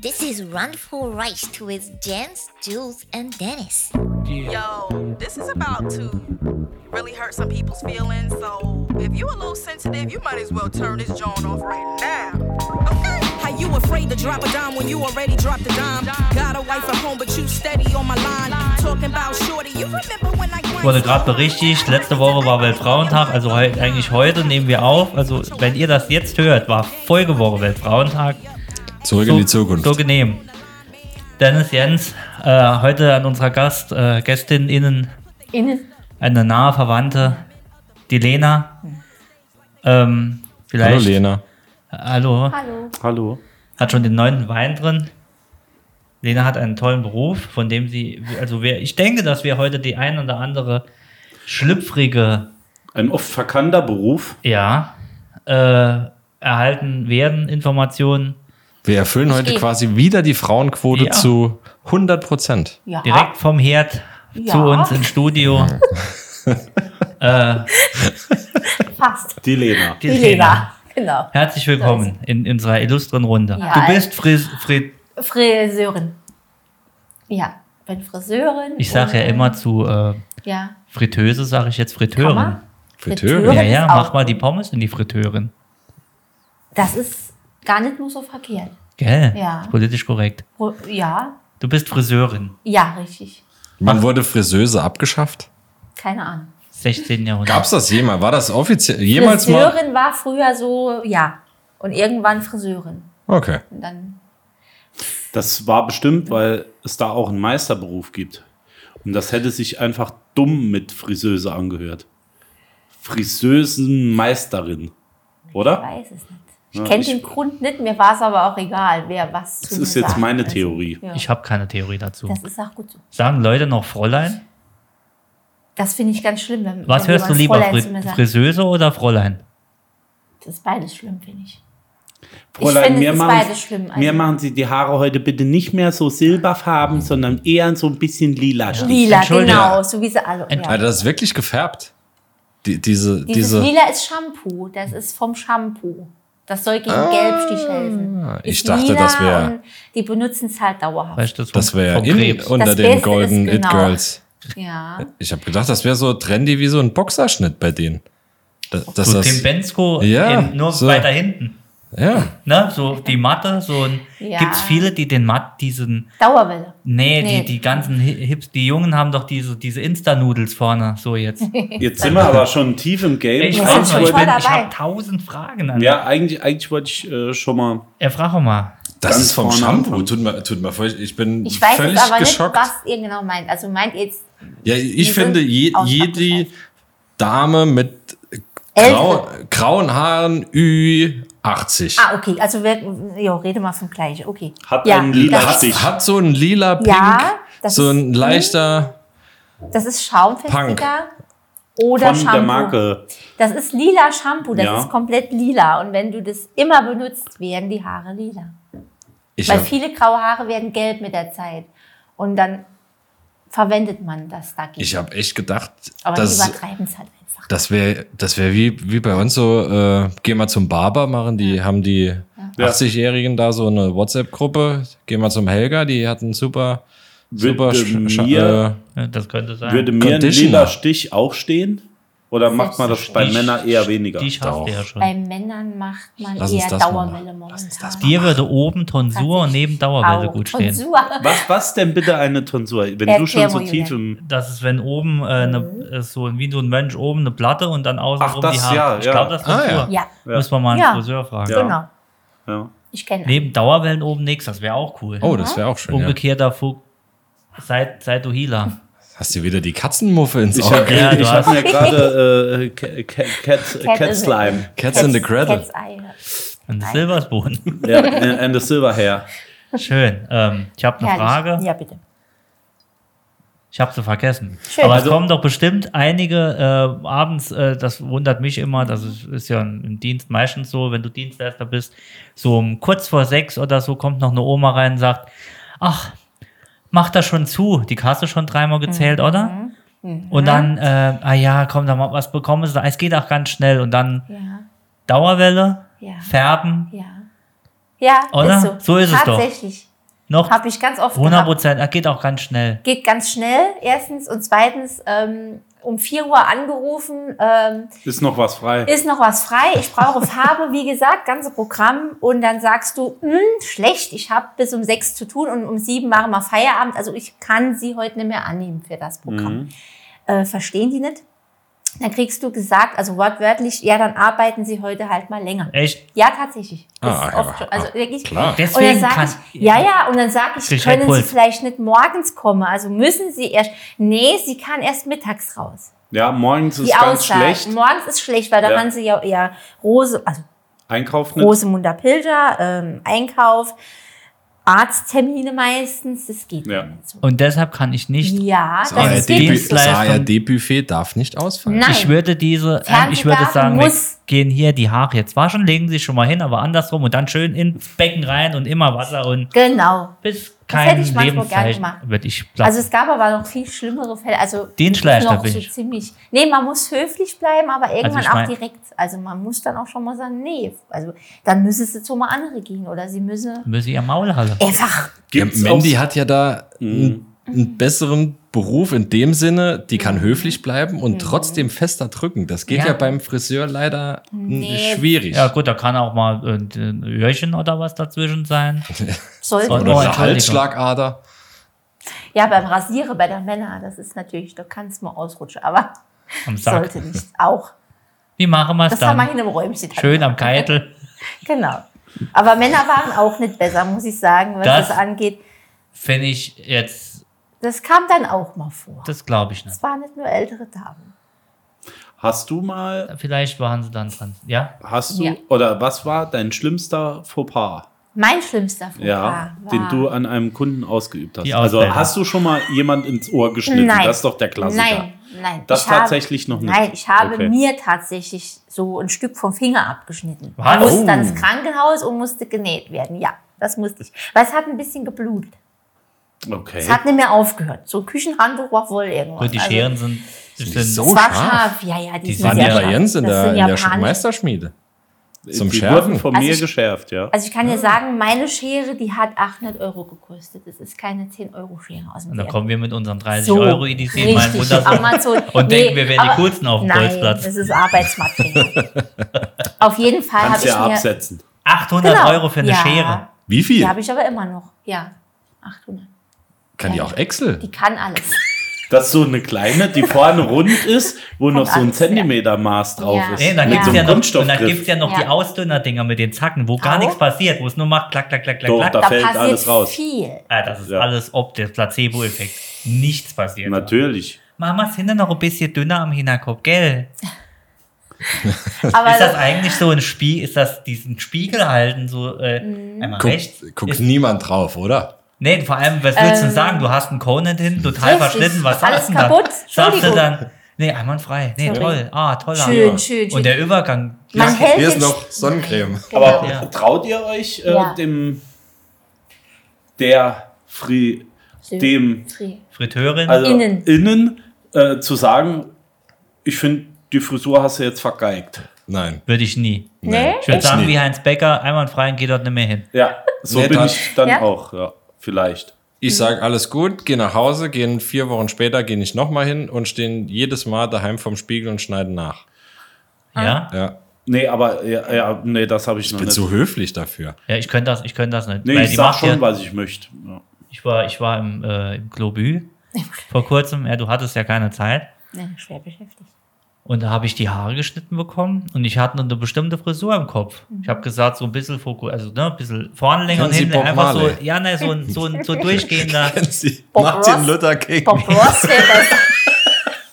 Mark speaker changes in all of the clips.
Speaker 1: This is Run for Rice with Jens, Jules, and Dennis.
Speaker 2: Yo, this is about to really hurt some people's feelings. So if you a little sensitive, you might as well turn this joint off right now. Okay.
Speaker 3: How you afraid to drop a dime when you already dropped a dime? Got a wife at home, but you steady on my line. Talking about shorty, you remember when I grinded
Speaker 4: Wurde gerade berichtigt, letzte Woche war Weltfrauentag, also heu- eigentlich heute nehmen wir auf. Also wenn ihr das jetzt hört, war Folgewoche Weltfrauentag.
Speaker 5: Zurück in die Zukunft.
Speaker 4: So genehm. Dennis Jens, äh, heute an unserer Gast, äh, Gästin innen
Speaker 6: Innen.
Speaker 4: eine nahe Verwandte, die Lena. Ähm, vielleicht,
Speaker 5: Hallo Lena.
Speaker 4: Hallo.
Speaker 6: Hallo.
Speaker 7: Hallo.
Speaker 4: Hat schon den neunten Wein drin. Lena hat einen tollen Beruf, von dem sie, also wir, ich denke, dass wir heute die ein oder andere schlüpfrige,
Speaker 7: Ein oft verkannter Beruf.
Speaker 4: ja, äh, erhalten werden, Informationen.
Speaker 5: Wir erfüllen heute
Speaker 6: geh.
Speaker 5: quasi wieder die Frauenquote
Speaker 4: Ja.
Speaker 5: zu 100 Prozent.
Speaker 6: Ja.
Speaker 4: direkt vom Herd
Speaker 6: Ja.
Speaker 4: zu uns ins Studio.
Speaker 6: Passt.
Speaker 7: Die Lena.
Speaker 4: Die
Speaker 6: Die Lena. Genau.
Speaker 4: Herzlich willkommen in unserer illustren Runde.
Speaker 6: Ja.
Speaker 4: Du bist Fris, Fri-
Speaker 6: Friseurin. Ja. Bin Friseurin.
Speaker 4: ich sage
Speaker 6: und-
Speaker 4: ja immer zu äh,
Speaker 6: Ja.
Speaker 4: Fritteuse, sage ich jetzt
Speaker 6: Kann
Speaker 4: Fritteurin.
Speaker 6: man?
Speaker 5: Fritteure.
Speaker 4: Ja,
Speaker 6: Das
Speaker 4: ja,
Speaker 6: ist
Speaker 4: mach
Speaker 6: auch-
Speaker 4: mal die Pommes in die Fritteurin.
Speaker 6: Das ist gar nicht nur so verkehrt.
Speaker 4: Gell?
Speaker 6: Ja.
Speaker 4: Ist Politisch korrekt.
Speaker 6: Wo- Ja.
Speaker 4: Du bist Friseurin.
Speaker 6: Ja, richtig.
Speaker 5: Wann wurde Friseuse abgeschafft?
Speaker 6: Keine Ahnung.
Speaker 4: 16. Jahrhundert.
Speaker 5: Gab's das jemals? War das offiziell jemals mal?
Speaker 6: Friseurin war früher so, ja. Und irgendwann Friseurin.
Speaker 5: Okay.
Speaker 6: Und dann
Speaker 7: Das war bestimmt, weil es da auch einen Meisterberuf gibt. Und das hätte sich einfach dumm mit Friseuse angehört. Friseusenmeisterin.
Speaker 6: ich
Speaker 7: Oder?
Speaker 6: weiß es nicht. Ich
Speaker 7: Ja,
Speaker 6: kenne
Speaker 7: ich-
Speaker 6: den Grund nicht, mir war es aber auch egal, wer was zu
Speaker 7: Das
Speaker 6: mir
Speaker 7: ist jetzt
Speaker 6: sagt.
Speaker 7: meine
Speaker 6: Also,
Speaker 7: Theorie.
Speaker 6: Ja.
Speaker 4: Ich habe keine Theorie dazu.
Speaker 6: Das ist auch gut so.
Speaker 4: Sagen Leute noch Fräulein?
Speaker 6: Das finde ich ganz schlimm. Wenn,
Speaker 4: Was
Speaker 6: wenn
Speaker 4: hörst du
Speaker 6: jemand
Speaker 4: lieber,
Speaker 6: Fräulein
Speaker 4: Fri
Speaker 6: zu mir sagt.
Speaker 4: Friseuse oder Fräulein?
Speaker 6: Das ist beides schlimm, finde ich.
Speaker 7: Fräulein,
Speaker 6: finde,
Speaker 7: mir,
Speaker 6: es ist
Speaker 7: machen,
Speaker 6: beides schlimm,
Speaker 7: mir
Speaker 6: also.
Speaker 7: machen Sie die Haare heute bitte nicht mehr so silberfarben, sondern eher so ein bisschen lila.
Speaker 6: Lila,
Speaker 4: Entschuldige.
Speaker 6: genau, so wie sie alle.
Speaker 4: Ent-
Speaker 6: Ja.
Speaker 5: Alter, Also das ist wirklich gefärbt. Die, diese,
Speaker 6: Dieses
Speaker 5: diese.
Speaker 6: Lila ist Shampoo, das ist vom Shampoo. Das soll gegen Gelbstich helfen.
Speaker 5: Ah, ich
Speaker 6: Ist
Speaker 5: dachte,
Speaker 6: lila
Speaker 5: das wär-
Speaker 6: und Die benutzen es halt dauerhaft.
Speaker 4: Weißt du, vom,
Speaker 5: Das wäre
Speaker 4: vom
Speaker 5: in,
Speaker 4: Krebs.
Speaker 5: unter
Speaker 6: Das
Speaker 5: den
Speaker 6: Beste
Speaker 5: Golden
Speaker 6: ist genau.
Speaker 5: It Girls.
Speaker 6: Ja.
Speaker 5: Ich habe gedacht, das wäre so trendy wie so ein Boxerschnitt bei denen. Da- dass
Speaker 4: So
Speaker 5: das,
Speaker 4: Tim Bensko
Speaker 5: Ja,
Speaker 4: in, nur
Speaker 5: so.
Speaker 4: weiter hinten.
Speaker 5: ja,
Speaker 4: Ne? So die Matte, so ein.
Speaker 6: Ja.
Speaker 4: Gibt's viele, die den Matt, diesen.
Speaker 6: Dauerwelle.
Speaker 4: Nee,
Speaker 6: Nee.
Speaker 4: Die, die ganzen Hi- Hips, die Jungen haben doch diese, diese Insta-Nudels vorne, so jetzt.
Speaker 7: Jetzt sind wir aber schon tief im Game.
Speaker 4: Ich,
Speaker 6: sind
Speaker 4: weiß
Speaker 7: eigentlich
Speaker 4: noch,
Speaker 6: schon
Speaker 4: ich,
Speaker 7: wollte,
Speaker 6: voll
Speaker 4: bin- ich
Speaker 6: dabei.
Speaker 4: habe tausend Fragen an.
Speaker 7: ja, eigentlich, eigentlich wollte ich äh, schon mal
Speaker 4: Er frag doch mal.
Speaker 5: das
Speaker 7: Ganz
Speaker 5: ist vom
Speaker 7: vorne
Speaker 5: Shampoo.
Speaker 7: anfangen.
Speaker 5: Tut mir, tut mir furcht- Ich bin
Speaker 6: Ich weiß
Speaker 5: völlig
Speaker 6: jetzt aber
Speaker 5: geschockt.
Speaker 6: nicht, was ihr genau meint. Also meint ihr jetzt
Speaker 5: ja, ich
Speaker 6: sind
Speaker 5: finde, je,
Speaker 6: aus-
Speaker 5: jede Dame mit grau,
Speaker 6: ältere.
Speaker 5: grauen Haaren Ü80
Speaker 6: Ah, okay. Also wir, jo, rede mal vom Gleichen. Okay.
Speaker 7: Hat
Speaker 6: ja,
Speaker 7: einen lila
Speaker 6: das,
Speaker 7: Stich.
Speaker 5: hat, hat so ein lila Pink,
Speaker 6: Ja, das
Speaker 5: so ein
Speaker 6: ist-
Speaker 5: leichter.
Speaker 6: das ist schaumfestiger oder
Speaker 7: von
Speaker 6: Shampoo.
Speaker 7: der Marke.
Speaker 6: Das ist lila Shampoo, das
Speaker 7: Ja.
Speaker 6: ist komplett lila. Und wenn du das immer benutzt, werden die Haare lila.
Speaker 5: Ich
Speaker 6: Weil
Speaker 5: hab-
Speaker 6: viele graue Haare werden gelb mit der Zeit. Und dann verwendet man das dagegen.
Speaker 5: Ich habe echt gedacht,
Speaker 6: Aber die
Speaker 5: dass
Speaker 6: übertreiben es halt einfach.
Speaker 5: das wäre das wär wie, wie bei uns so, äh, geh mal zum Barber machen, die haben die 80-Jährigen da so eine WhatsApp-Gruppe, geh mal zum Helga, die hat einen super, super
Speaker 7: Würde
Speaker 5: Sch- äh, Sch-
Speaker 7: mir-
Speaker 4: Ja, Das könnte sein.
Speaker 7: Würde mir ein
Speaker 5: Conditioner.
Speaker 7: lila Stich auch stehen? Oder macht man das bei
Speaker 4: Die-
Speaker 7: Männern eher weniger?
Speaker 4: Die schaffst
Speaker 5: Doch.
Speaker 4: du ja schon.
Speaker 6: Bei Männern macht man
Speaker 5: Lass uns
Speaker 6: eher
Speaker 5: das mal machen.
Speaker 6: Dauerwelle momentan.
Speaker 4: Dir würde oben Tonsur und neben Dauerwelle
Speaker 6: Au,
Speaker 4: gut stehen.
Speaker 6: Tonsur.
Speaker 7: Was, was denn bitte eine Tonsur? Wenn
Speaker 6: Erklär
Speaker 7: du schon so
Speaker 6: mal,
Speaker 7: tief im.
Speaker 4: Das ist, wenn oben äh,
Speaker 6: Mhm.
Speaker 4: eine, äh, so ein- wie so ein Mönch oben eine Platte und dann außen
Speaker 7: Ach,
Speaker 4: rum die
Speaker 7: das,
Speaker 4: Haare.
Speaker 7: ja,
Speaker 4: ich
Speaker 7: ja.
Speaker 4: glaube, das ist
Speaker 5: Ah,
Speaker 4: Friseur.
Speaker 5: ja.
Speaker 6: Ja,
Speaker 4: Müssen wir mal einen
Speaker 6: Ja.
Speaker 4: Friseur fragen.
Speaker 7: Ja.
Speaker 6: genau.
Speaker 7: Ja.
Speaker 6: Ich kenne
Speaker 4: Neben Dauerwellen oben nichts, das wäre auch cool.
Speaker 5: Oh, das wäre auch schön. Ja.
Speaker 4: Umgekehrter Fug. Seit, seit du Healer.
Speaker 5: Hast du wieder die Katzenmuffe ins
Speaker 7: Ich
Speaker 5: Auge?
Speaker 7: habe
Speaker 4: Ja, du
Speaker 7: ich hab
Speaker 4: hast-
Speaker 7: mir gerade äh, Cat, Cat, Cat,
Speaker 6: is it.
Speaker 7: Slime.
Speaker 5: Cats in the Cradle.
Speaker 6: Cat's Eye.
Speaker 4: Und das Silbersbohnen.
Speaker 7: Ja, and the Silver Hair.
Speaker 4: Schön. Ähm, ich habe eine
Speaker 6: Herrlich.
Speaker 4: Frage.
Speaker 6: Ja, bitte.
Speaker 4: Ich habe sie vergessen.
Speaker 6: Schön.
Speaker 4: Aber es
Speaker 7: Also-
Speaker 4: kommen doch bestimmt einige äh, abends, äh, das wundert mich immer, das ist, ist ja im im Dienst meistens so, wenn du Dienstleister bist, so um kurz vor sechs oder so kommt noch eine Oma rein und sagt, ach, mach das schon zu, die Kasse schon dreimal gezählt,
Speaker 6: Mhm.
Speaker 4: oder? Und dann, äh, ah ja, komm, dann mal was bekommen sie, es geht auch ganz schnell und dann
Speaker 6: Ja,
Speaker 4: Dauerwelle,
Speaker 6: Ja.
Speaker 4: Färben,
Speaker 6: ja. Ja,
Speaker 4: Oder?
Speaker 6: ist so.
Speaker 4: So ist es doch.
Speaker 6: Tatsächlich.
Speaker 4: Noch
Speaker 6: Habe ich ganz oft
Speaker 4: 100
Speaker 6: gehabt.
Speaker 4: Prozent. Geht auch ganz schnell.
Speaker 6: Geht ganz schnell, erstens. Und zweitens, ähm, um 4 Uhr angerufen, ähm,
Speaker 7: Ist noch was frei.
Speaker 6: ist noch was frei. Ich brauche Farbe, wie gesagt, ganze Programm. Und dann sagst du, "Hm, schlecht, ich habe bis um 6 zu tun und um 7 machen wir Feierabend. Also ich kann sie heute nicht mehr annehmen für das Programm. Äh, verstehen die nicht? Dann kriegst du gesagt, also wortwörtlich, ja, dann arbeiten sie heute halt mal länger.
Speaker 4: Echt?
Speaker 6: Ja, tatsächlich. Das
Speaker 5: Ah,
Speaker 6: ist
Speaker 5: ja,
Speaker 6: oft schon. Also
Speaker 5: ah,
Speaker 6: wirklich.
Speaker 5: klar.
Speaker 4: Deswegen
Speaker 6: und dann
Speaker 4: kann-
Speaker 6: sag ich, ja, ja, und dann sage ich,
Speaker 4: Krieg ich
Speaker 6: können Sie
Speaker 4: Impuls.
Speaker 6: vielleicht nicht morgens kommen? Also müssen Sie erst, nee, Sie kann erst mittags raus.
Speaker 7: Ja, morgens ist
Speaker 6: Die
Speaker 7: ganz
Speaker 6: Aussage,
Speaker 7: schlecht.
Speaker 6: morgens ist schlecht, weil da
Speaker 7: Ja.
Speaker 6: kann sie ja eher Rose, also
Speaker 7: Einkaufen.
Speaker 6: Rosemunder Pilger, ähm, Einkauf, Arzttermine meistens, das geht
Speaker 7: Ja.
Speaker 6: nicht so.
Speaker 4: Und deshalb kann ich nicht.
Speaker 6: Ja, das
Speaker 5: Das
Speaker 6: ist wirklich
Speaker 5: ARD-Buffet
Speaker 6: so.
Speaker 4: Dienstleistung.
Speaker 5: darf nicht ausfallen.
Speaker 6: Nein,
Speaker 4: Ich würde diese, äh, ich würde
Speaker 6: Fernsehgarten
Speaker 4: sagen, wir
Speaker 6: muss-
Speaker 4: gehen hier die Haare jetzt waschen, legen sie schon mal hin, aber andersrum und dann schön ins Becken rein und immer Wasser und
Speaker 6: genau.
Speaker 4: bis
Speaker 6: hätte
Speaker 4: kein
Speaker 6: ich manchmal gern
Speaker 4: Lebenszeichen
Speaker 6: gemacht.
Speaker 4: würde ich bleiben.
Speaker 6: Also es gab aber noch viel schlimmere Fälle. Also
Speaker 4: Dienstleister
Speaker 6: noch
Speaker 4: bin
Speaker 6: so
Speaker 4: ich.
Speaker 6: ziemlich. Nee, man muss höflich bleiben, aber irgendwann
Speaker 4: ich mein-
Speaker 6: auch direkt. Also man muss dann auch schon mal sagen, nee, also dann müssen sie zu mal andere gehen oder sie müssen
Speaker 4: Müssen ihr Maul halten.
Speaker 6: einfach.
Speaker 5: Ja,
Speaker 7: Gibt's Hm.
Speaker 5: Mandy
Speaker 7: auch-
Speaker 5: hat ja da einen, einen besseren Beruf in dem Sinne, die kann höflich bleiben und trotzdem fester drücken. Das geht ja,
Speaker 4: Ja.
Speaker 5: beim Friseur leider n-
Speaker 6: Nee.
Speaker 5: schwierig.
Speaker 4: Ja gut, da kann auch mal äh, ein Öhrchen oder was dazwischen sein.
Speaker 6: Sollte.
Speaker 4: Sollte.
Speaker 5: Oder
Speaker 4: Oh,
Speaker 5: eine
Speaker 4: Entschuldigung.
Speaker 5: Halsschlagader.
Speaker 6: Ja, beim Rasiere bei der Männer, das ist natürlich, da kann es mal ausrutschen, aber
Speaker 4: Am Sack.
Speaker 6: sollte nicht auch.
Speaker 4: Wie machen wir es
Speaker 6: Das haben wir
Speaker 4: dann?
Speaker 6: in einem Räumchen.
Speaker 4: Schön am Keitel.
Speaker 6: Genau. Aber Männer waren auch nicht besser, muss ich sagen, was das,
Speaker 4: Das-
Speaker 6: angeht.
Speaker 4: Finde ich jetzt,
Speaker 6: Das kam dann auch mal vor.
Speaker 4: das glaube ich nicht.
Speaker 6: Es waren nicht nur ältere Damen.
Speaker 7: Hast du mal,
Speaker 4: Vielleicht waren sie dann dran. Ja?
Speaker 7: hast du,
Speaker 6: Ja.
Speaker 7: oder was war dein schlimmster Fauxpas?
Speaker 6: Mein schlimmster Fauxpas
Speaker 7: Ja,
Speaker 6: war,
Speaker 7: den du an einem Kunden ausgeübt hast.
Speaker 4: Die
Speaker 7: Also
Speaker 4: Ausbildung.
Speaker 7: hast du schon mal jemand ins Ohr geschnitten?
Speaker 6: Nein.
Speaker 7: Das ist doch der Klassiker.
Speaker 6: Nein, nein.
Speaker 7: Das
Speaker 6: ich habe-
Speaker 7: tatsächlich noch nicht.
Speaker 6: Nein, ich habe
Speaker 7: Okay.
Speaker 6: mir tatsächlich so ein Stück vom Finger abgeschnitten.
Speaker 4: Was?
Speaker 6: Ich musste
Speaker 7: Oh.
Speaker 6: dann ins Krankenhaus und musste genäht werden. Ja, das musste ich. Weil es hat ein bisschen geblutet.
Speaker 7: Okay.
Speaker 6: Es hat nicht mehr aufgehört. So Küchenhandtuch war wohl irgendwas.
Speaker 4: Gut, die
Speaker 6: Also,
Speaker 4: Scheren sind, sind
Speaker 5: so
Speaker 6: es war
Speaker 5: scharf.
Speaker 6: scharf. Ja, ja, die,
Speaker 4: Die
Speaker 6: sind
Speaker 5: Waren die
Speaker 6: sehr
Speaker 4: ja
Speaker 5: bei
Speaker 6: scharf.
Speaker 5: Jens in
Speaker 6: Das
Speaker 5: der,
Speaker 6: sind
Speaker 5: in der Sch-
Speaker 6: Japaner.
Speaker 5: Meisterschmiede? Zum
Speaker 7: die
Speaker 5: Schärfen?
Speaker 7: wurden von
Speaker 6: Also
Speaker 7: mir
Speaker 6: ich-
Speaker 7: geschärft, ja.
Speaker 6: Also ich kann dir sagen, meine Schere, die hat 800 Euro gekostet. Das ist keine 10-Euro-Schere aus dem
Speaker 4: Und dann
Speaker 6: Wert.
Speaker 4: kommen wir mit unseren 30 Euro in die Szene, mein
Speaker 6: richtig,
Speaker 4: Wunderbar.
Speaker 6: Amazon.
Speaker 4: Und denken, wir wären die
Speaker 6: aber-
Speaker 4: Coolsten auf dem
Speaker 6: Nein,
Speaker 4: Bolzplatz.
Speaker 6: das ist Arbeitsmaterial. auf jeden Fall habe
Speaker 7: Kannst
Speaker 6: ich
Speaker 7: ja
Speaker 6: mir...
Speaker 7: absetzen.
Speaker 4: 800
Speaker 6: Genau,
Speaker 4: Euro für eine
Speaker 6: ja.
Speaker 4: Schere.
Speaker 5: Wie viel?
Speaker 6: Die habe ich aber immer noch. Ja, 800.
Speaker 5: Kann die auch Excel?
Speaker 6: Die kann alles.
Speaker 7: Das ist so eine kleine, die vorne rund ist, wo noch so ein
Speaker 6: alles, ja.
Speaker 7: Zentimetermaß drauf
Speaker 6: Ja.
Speaker 7: ist.
Speaker 4: Nee, da
Speaker 6: Ja.
Speaker 4: gibt es
Speaker 6: Mit
Speaker 4: ja
Speaker 6: so
Speaker 7: einem
Speaker 4: noch, und da
Speaker 7: Kunststoffgriff.
Speaker 4: gibt's ja noch
Speaker 6: Ja.
Speaker 4: die Ausdünner-Dinger mit den Zacken, wo gar
Speaker 6: Auch.
Speaker 4: nichts passiert, wo es nur macht, klack, klack, klack, klack,
Speaker 7: Doch,
Speaker 4: klack.
Speaker 7: da
Speaker 6: Da
Speaker 7: fällt
Speaker 6: passiert
Speaker 7: alles raus.
Speaker 6: viel.
Speaker 4: Ah, das ist
Speaker 7: Ja.
Speaker 4: alles ob der Placebo-Effekt. Nichts passiert.
Speaker 7: Natürlich.
Speaker 4: Mamas sind ja noch ein bisschen dünner am Hinterkopf, gell?
Speaker 6: Aber
Speaker 4: ist das
Speaker 6: das-
Speaker 4: eigentlich so ein Spiel, ist das diesen Spiegel halten, so äh,
Speaker 6: Mhm.
Speaker 4: einmal rechts?
Speaker 5: Guckt, guckt niemand drauf, oder?
Speaker 4: Nee, vor allem, was willst du denn sagen? Du hast einen Conan hin, total
Speaker 6: Ähm, Richtig.
Speaker 4: verschnitten, was
Speaker 6: Alles
Speaker 4: sagst du denn da?
Speaker 6: kaputt.
Speaker 4: Sagst du
Speaker 6: Entschuldigung.
Speaker 4: dann, nee, einwandfrei, nee,
Speaker 6: Sorry.
Speaker 4: toll, ah, toll.
Speaker 6: Schön,
Speaker 4: ah.
Speaker 6: schön, schön.
Speaker 4: Und der Übergang,
Speaker 6: man
Speaker 5: Hier-
Speaker 6: hält
Speaker 5: Hier ist
Speaker 6: den
Speaker 5: noch
Speaker 6: Sch-
Speaker 5: Sonnencreme.
Speaker 6: Genau.
Speaker 7: Aber traut ihr euch äh,
Speaker 6: Ja.
Speaker 7: dem der Fri, dem
Speaker 6: Fri-
Speaker 4: Fritteurin,
Speaker 7: also
Speaker 6: Innen.
Speaker 7: innen, äh, zu sagen, ich finde die Frisur hast du jetzt vergeigt.
Speaker 5: Nein.
Speaker 4: würde ich nie.
Speaker 6: Nee?
Speaker 4: Ich würde sagen,
Speaker 5: nie.
Speaker 4: wie Heinz Becker, einwandfrei und geh dort nicht mehr hin.
Speaker 7: Ja, so
Speaker 5: Nee,
Speaker 7: bin
Speaker 5: dann-
Speaker 7: ich dann
Speaker 6: Ja.
Speaker 7: auch, ja, vielleicht.
Speaker 5: Ich sage alles gut, gehe nach Hause, gehen vier Wochen später, gehe ich nochmal hin und stehen jedes Mal daheim vorm Spiegel und schneiden nach.
Speaker 6: Ah.
Speaker 4: Ja?
Speaker 5: Ja.
Speaker 7: Nee, aber ja, ja nee, das habe ich, noch
Speaker 5: Bin
Speaker 7: nicht.
Speaker 5: zu höflich dafür.
Speaker 4: Ja, ich könnte das, ich könnte das nicht.
Speaker 7: nee,
Speaker 4: weil
Speaker 7: ich
Speaker 4: die
Speaker 7: sag
Speaker 4: macht
Speaker 7: schon,
Speaker 4: ja-
Speaker 7: was ich möchte. Ja.
Speaker 4: Ich war, ich war im, äh, im Globü vor kurzem. Ja, du hattest ja keine Zeit.
Speaker 6: Nee, schwer beschäftigt.
Speaker 4: Und da habe ich die Haare geschnitten bekommen und ich hatte eine bestimmte Frisur im Kopf. Ich habe gesagt, so ein bisschen Fokus, also ne, ein bisschen vorne länger und
Speaker 5: Kennen Mhm. Sie
Speaker 4: hinten
Speaker 5: Bob
Speaker 4: einfach so,
Speaker 5: Marley?
Speaker 4: ja, ne, so ein, so ein so durchgehender.
Speaker 6: Bob
Speaker 5: Martin
Speaker 6: Ross?
Speaker 5: Luther King.
Speaker 6: Bob Ross wäre besser.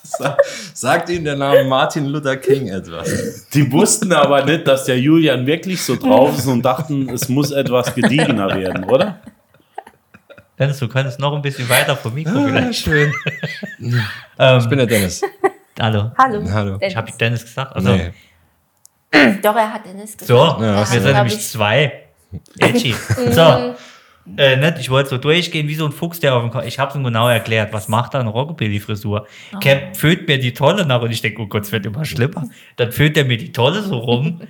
Speaker 5: Sa- Sagt Ihnen der Name Martin Luther King etwas?
Speaker 7: Die wussten aber nicht, dass der Julian wirklich so drauf ist und dachten, es muss etwas gediegener werden, oder?
Speaker 4: Dennis, du könntest noch ein bisschen weiter vom Mikro vielleicht.
Speaker 5: Ah, schön. Ich bin der Dennis.
Speaker 4: Hallo.
Speaker 6: Hallo.
Speaker 5: Hallo.
Speaker 6: Dennis.
Speaker 4: Ich habe Dennis gesagt. Also,
Speaker 5: Ah. Nee.
Speaker 6: Doch, er hat Dennis gesagt.
Speaker 4: So, wir
Speaker 5: hast
Speaker 4: sind
Speaker 6: du.
Speaker 4: nämlich
Speaker 6: Hab ich-
Speaker 4: zwei. Edgy. so. Äh, nicht, ich wollte so durchgehen wie so ein Fuchs, der auf dem Kopf. Ich habe es ihm genau erklärt, was macht da eine Rockabilly-Frisur? Cap füllt mir die Tolle nach und ich denke, oh Gott, es wird immer schlimmer. Dann füllt er mir die Tolle so rum.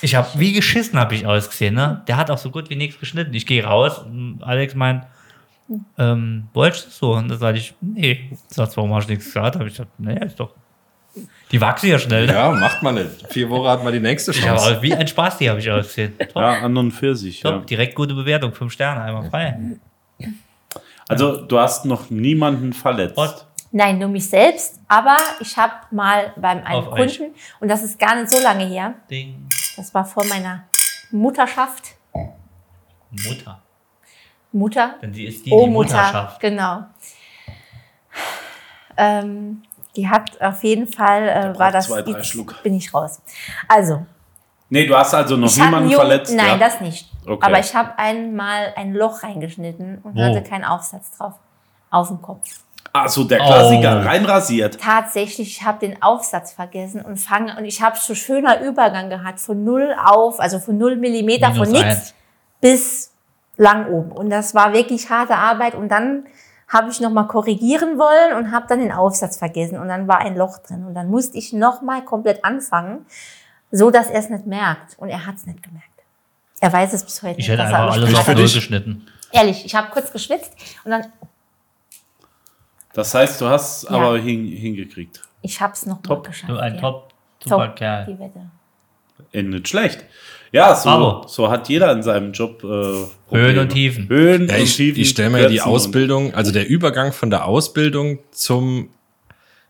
Speaker 4: Ich habe, wie geschissen habe ich ausgesehen, ne? Der hat auch so gut wie nichts geschnitten. Ich gehe raus und Alex meint, ähm, wolltest du so? Und da sage ich, nee. Sagt, warum hast du nichts gesagt? Habe ich gesagt, naja, ist doch. Die wachsen ja schnell. Ne?
Speaker 5: Ja, macht man nicht. Vier Wochen hat man die nächste
Speaker 4: Ich hab,
Speaker 5: Chance.
Speaker 4: auch- wie ein Spaß, die habe ich ausgesehen. Top,
Speaker 7: Ja, anderen Pfirsich.
Speaker 4: top.
Speaker 7: Ja.
Speaker 4: Direkt gute Bewertung, fünf Sterne, einmal frei.
Speaker 7: Also, du hast noch niemanden verletzt.
Speaker 4: Gott.
Speaker 6: Nein, nur mich selbst, aber ich habe mal beim einem
Speaker 4: Auf euch.
Speaker 6: Kunden, und das ist gar nicht so lange her,
Speaker 4: Ding.
Speaker 6: das war vor meiner Mutterschaft.
Speaker 4: Mutter.
Speaker 6: Mutter,
Speaker 4: Denn sie ist die,
Speaker 6: oh
Speaker 4: die
Speaker 6: Mutter,
Speaker 4: Mutterschaft.
Speaker 6: genau. Ähm, die hat auf jeden Fall, äh, war
Speaker 7: braucht
Speaker 6: das,
Speaker 7: zwei, drei
Speaker 6: jetzt
Speaker 7: Schluck.
Speaker 6: bin ich raus. Also,
Speaker 7: Nee, du hast also noch
Speaker 6: ich hab einen
Speaker 7: niemanden
Speaker 6: Jungen-
Speaker 7: verletzt.
Speaker 6: Nein,
Speaker 7: ja?
Speaker 6: das nicht.
Speaker 7: Okay. Oh.
Speaker 6: Aber ich habe einmal ein Loch reingeschnitten und
Speaker 4: Wo?
Speaker 6: hatte keinen Aufsatz drauf. Auf dem Kopf.
Speaker 7: Ach Ah, so, der Klassiker,
Speaker 4: Oh.
Speaker 7: rein rasiert.
Speaker 6: Tatsächlich, ich habe den Aufsatz vergessen und fange und ich habe so schöner Übergang gehabt von null auf, also von null Millimeter,
Speaker 4: Minus
Speaker 6: von nichts
Speaker 4: eins.
Speaker 6: bis lang oben. Und das war wirklich harte Arbeit. Und dann habe ich nochmal korrigieren wollen und habe dann den Aufsatz vergessen. Und dann war ein Loch drin. Und dann musste ich nochmal komplett anfangen, so dass er es nicht merkt. Und er hat es nicht gemerkt. Er weiß es bis heute
Speaker 4: Ich
Speaker 6: nicht.
Speaker 4: hätte
Speaker 6: dass er
Speaker 4: einfach alles
Speaker 6: alles
Speaker 4: auf
Speaker 6: hat.
Speaker 4: Null geschnitten.
Speaker 6: Ehrlich, ich habe kurz geschwitzt und dann,
Speaker 7: Das heißt, du hast es
Speaker 6: Ja.
Speaker 7: aber hin, hingekriegt.
Speaker 6: ich habe es noch mal geschafft.
Speaker 4: Du ein
Speaker 6: ja.
Speaker 4: top, super
Speaker 6: Top,
Speaker 4: Kerl.
Speaker 6: die Wette.
Speaker 7: Äh, Nicht schlecht. Ja, so,
Speaker 4: Bravo.
Speaker 7: so hat jeder in seinem Job äh,
Speaker 4: Höhen
Speaker 7: Probleme.
Speaker 4: und Tiefen.
Speaker 7: Höhen
Speaker 5: Ja,
Speaker 7: und
Speaker 5: ich
Speaker 7: Tiefen.
Speaker 5: ich stelle mir die
Speaker 7: Grenzen und-
Speaker 5: Ausbildung, also der Übergang von der Ausbildung zum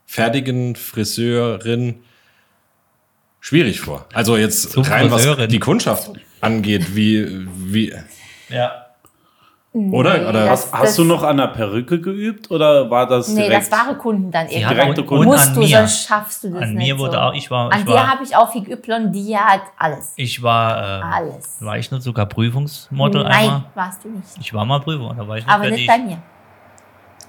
Speaker 5: fertigen Friseurin schwierig vor. Also jetzt
Speaker 4: Zum
Speaker 5: rein,
Speaker 4: Friseurin.
Speaker 5: was die Kundschaft angeht, wie, wie
Speaker 4: Ja.
Speaker 5: oder? oder
Speaker 6: das-
Speaker 7: Hast du noch an der Perücke geübt oder war das
Speaker 6: Nee,
Speaker 7: direkt?
Speaker 6: das wahre Kunden dann
Speaker 4: Die hat
Speaker 6: irgendwann.
Speaker 7: Direkte
Speaker 4: und,
Speaker 7: Kunden.
Speaker 4: und an
Speaker 6: Musst du,
Speaker 4: mir.
Speaker 6: sonst schaffst du das
Speaker 4: An
Speaker 6: nicht
Speaker 4: mir wurde
Speaker 6: so.
Speaker 4: auch, ich war,
Speaker 6: An
Speaker 4: ich
Speaker 6: dir
Speaker 4: war,
Speaker 6: habe ich auch viel Y, die hat alles.
Speaker 4: ich war, ähm,
Speaker 6: Alles.
Speaker 4: war ich nicht sogar Prüfungsmodel
Speaker 6: Nein,
Speaker 4: einmal?
Speaker 6: warst du nicht.
Speaker 4: Ich war mal Prüfer, da war ich nicht
Speaker 6: Aber
Speaker 4: fertig.
Speaker 6: nicht bei mir.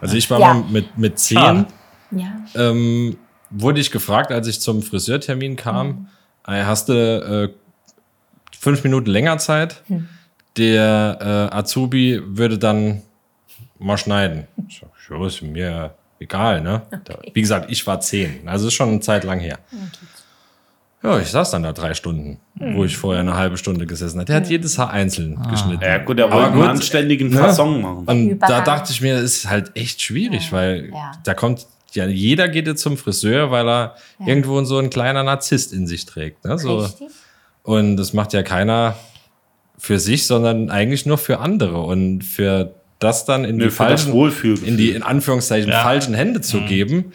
Speaker 5: Also ich war
Speaker 6: Ja.
Speaker 5: mal mit, mit zehn,
Speaker 4: Schade.
Speaker 6: Ja.
Speaker 5: ähm, wurde ich gefragt, als ich zum Friseurtermin kam, äh, hast du äh, fünf Minuten länger Zeit? Der äh, Azubi würde dann mal schneiden. Ich sag, "Ja, ist mir egal, ne? Da, wie gesagt, ich war zehn, also ist schon eine Zeit lang her. Ja, ich saß dann da drei Stunden, wo ich vorher eine halbe Stunde gesessen hatte. Der hat jedes Haar einzeln geschnitten.
Speaker 7: Ja gut, der wollte
Speaker 5: Aber
Speaker 7: einen
Speaker 5: gut,
Speaker 7: anständigen
Speaker 5: ne?
Speaker 7: Fasson machen.
Speaker 5: Und da
Speaker 6: Übergang.
Speaker 5: dachte ich mir, das ist halt echt schwierig, weil
Speaker 6: Ja.
Speaker 5: da kommt ja jeder geht jetzt zum Friseur, weil er irgendwo so ein kleiner Narzisst in sich trägt. Ne? So.
Speaker 6: Richtig.
Speaker 5: Und das macht ja keiner für sich, sondern eigentlich nur für andere und für das dann in
Speaker 7: Nö,
Speaker 5: die
Speaker 7: für das Mhm.
Speaker 5: falschen,
Speaker 7: Wohlfühlgefühl.
Speaker 5: in die in Anführungszeichen
Speaker 4: Ja.
Speaker 5: falschen Hände zu geben,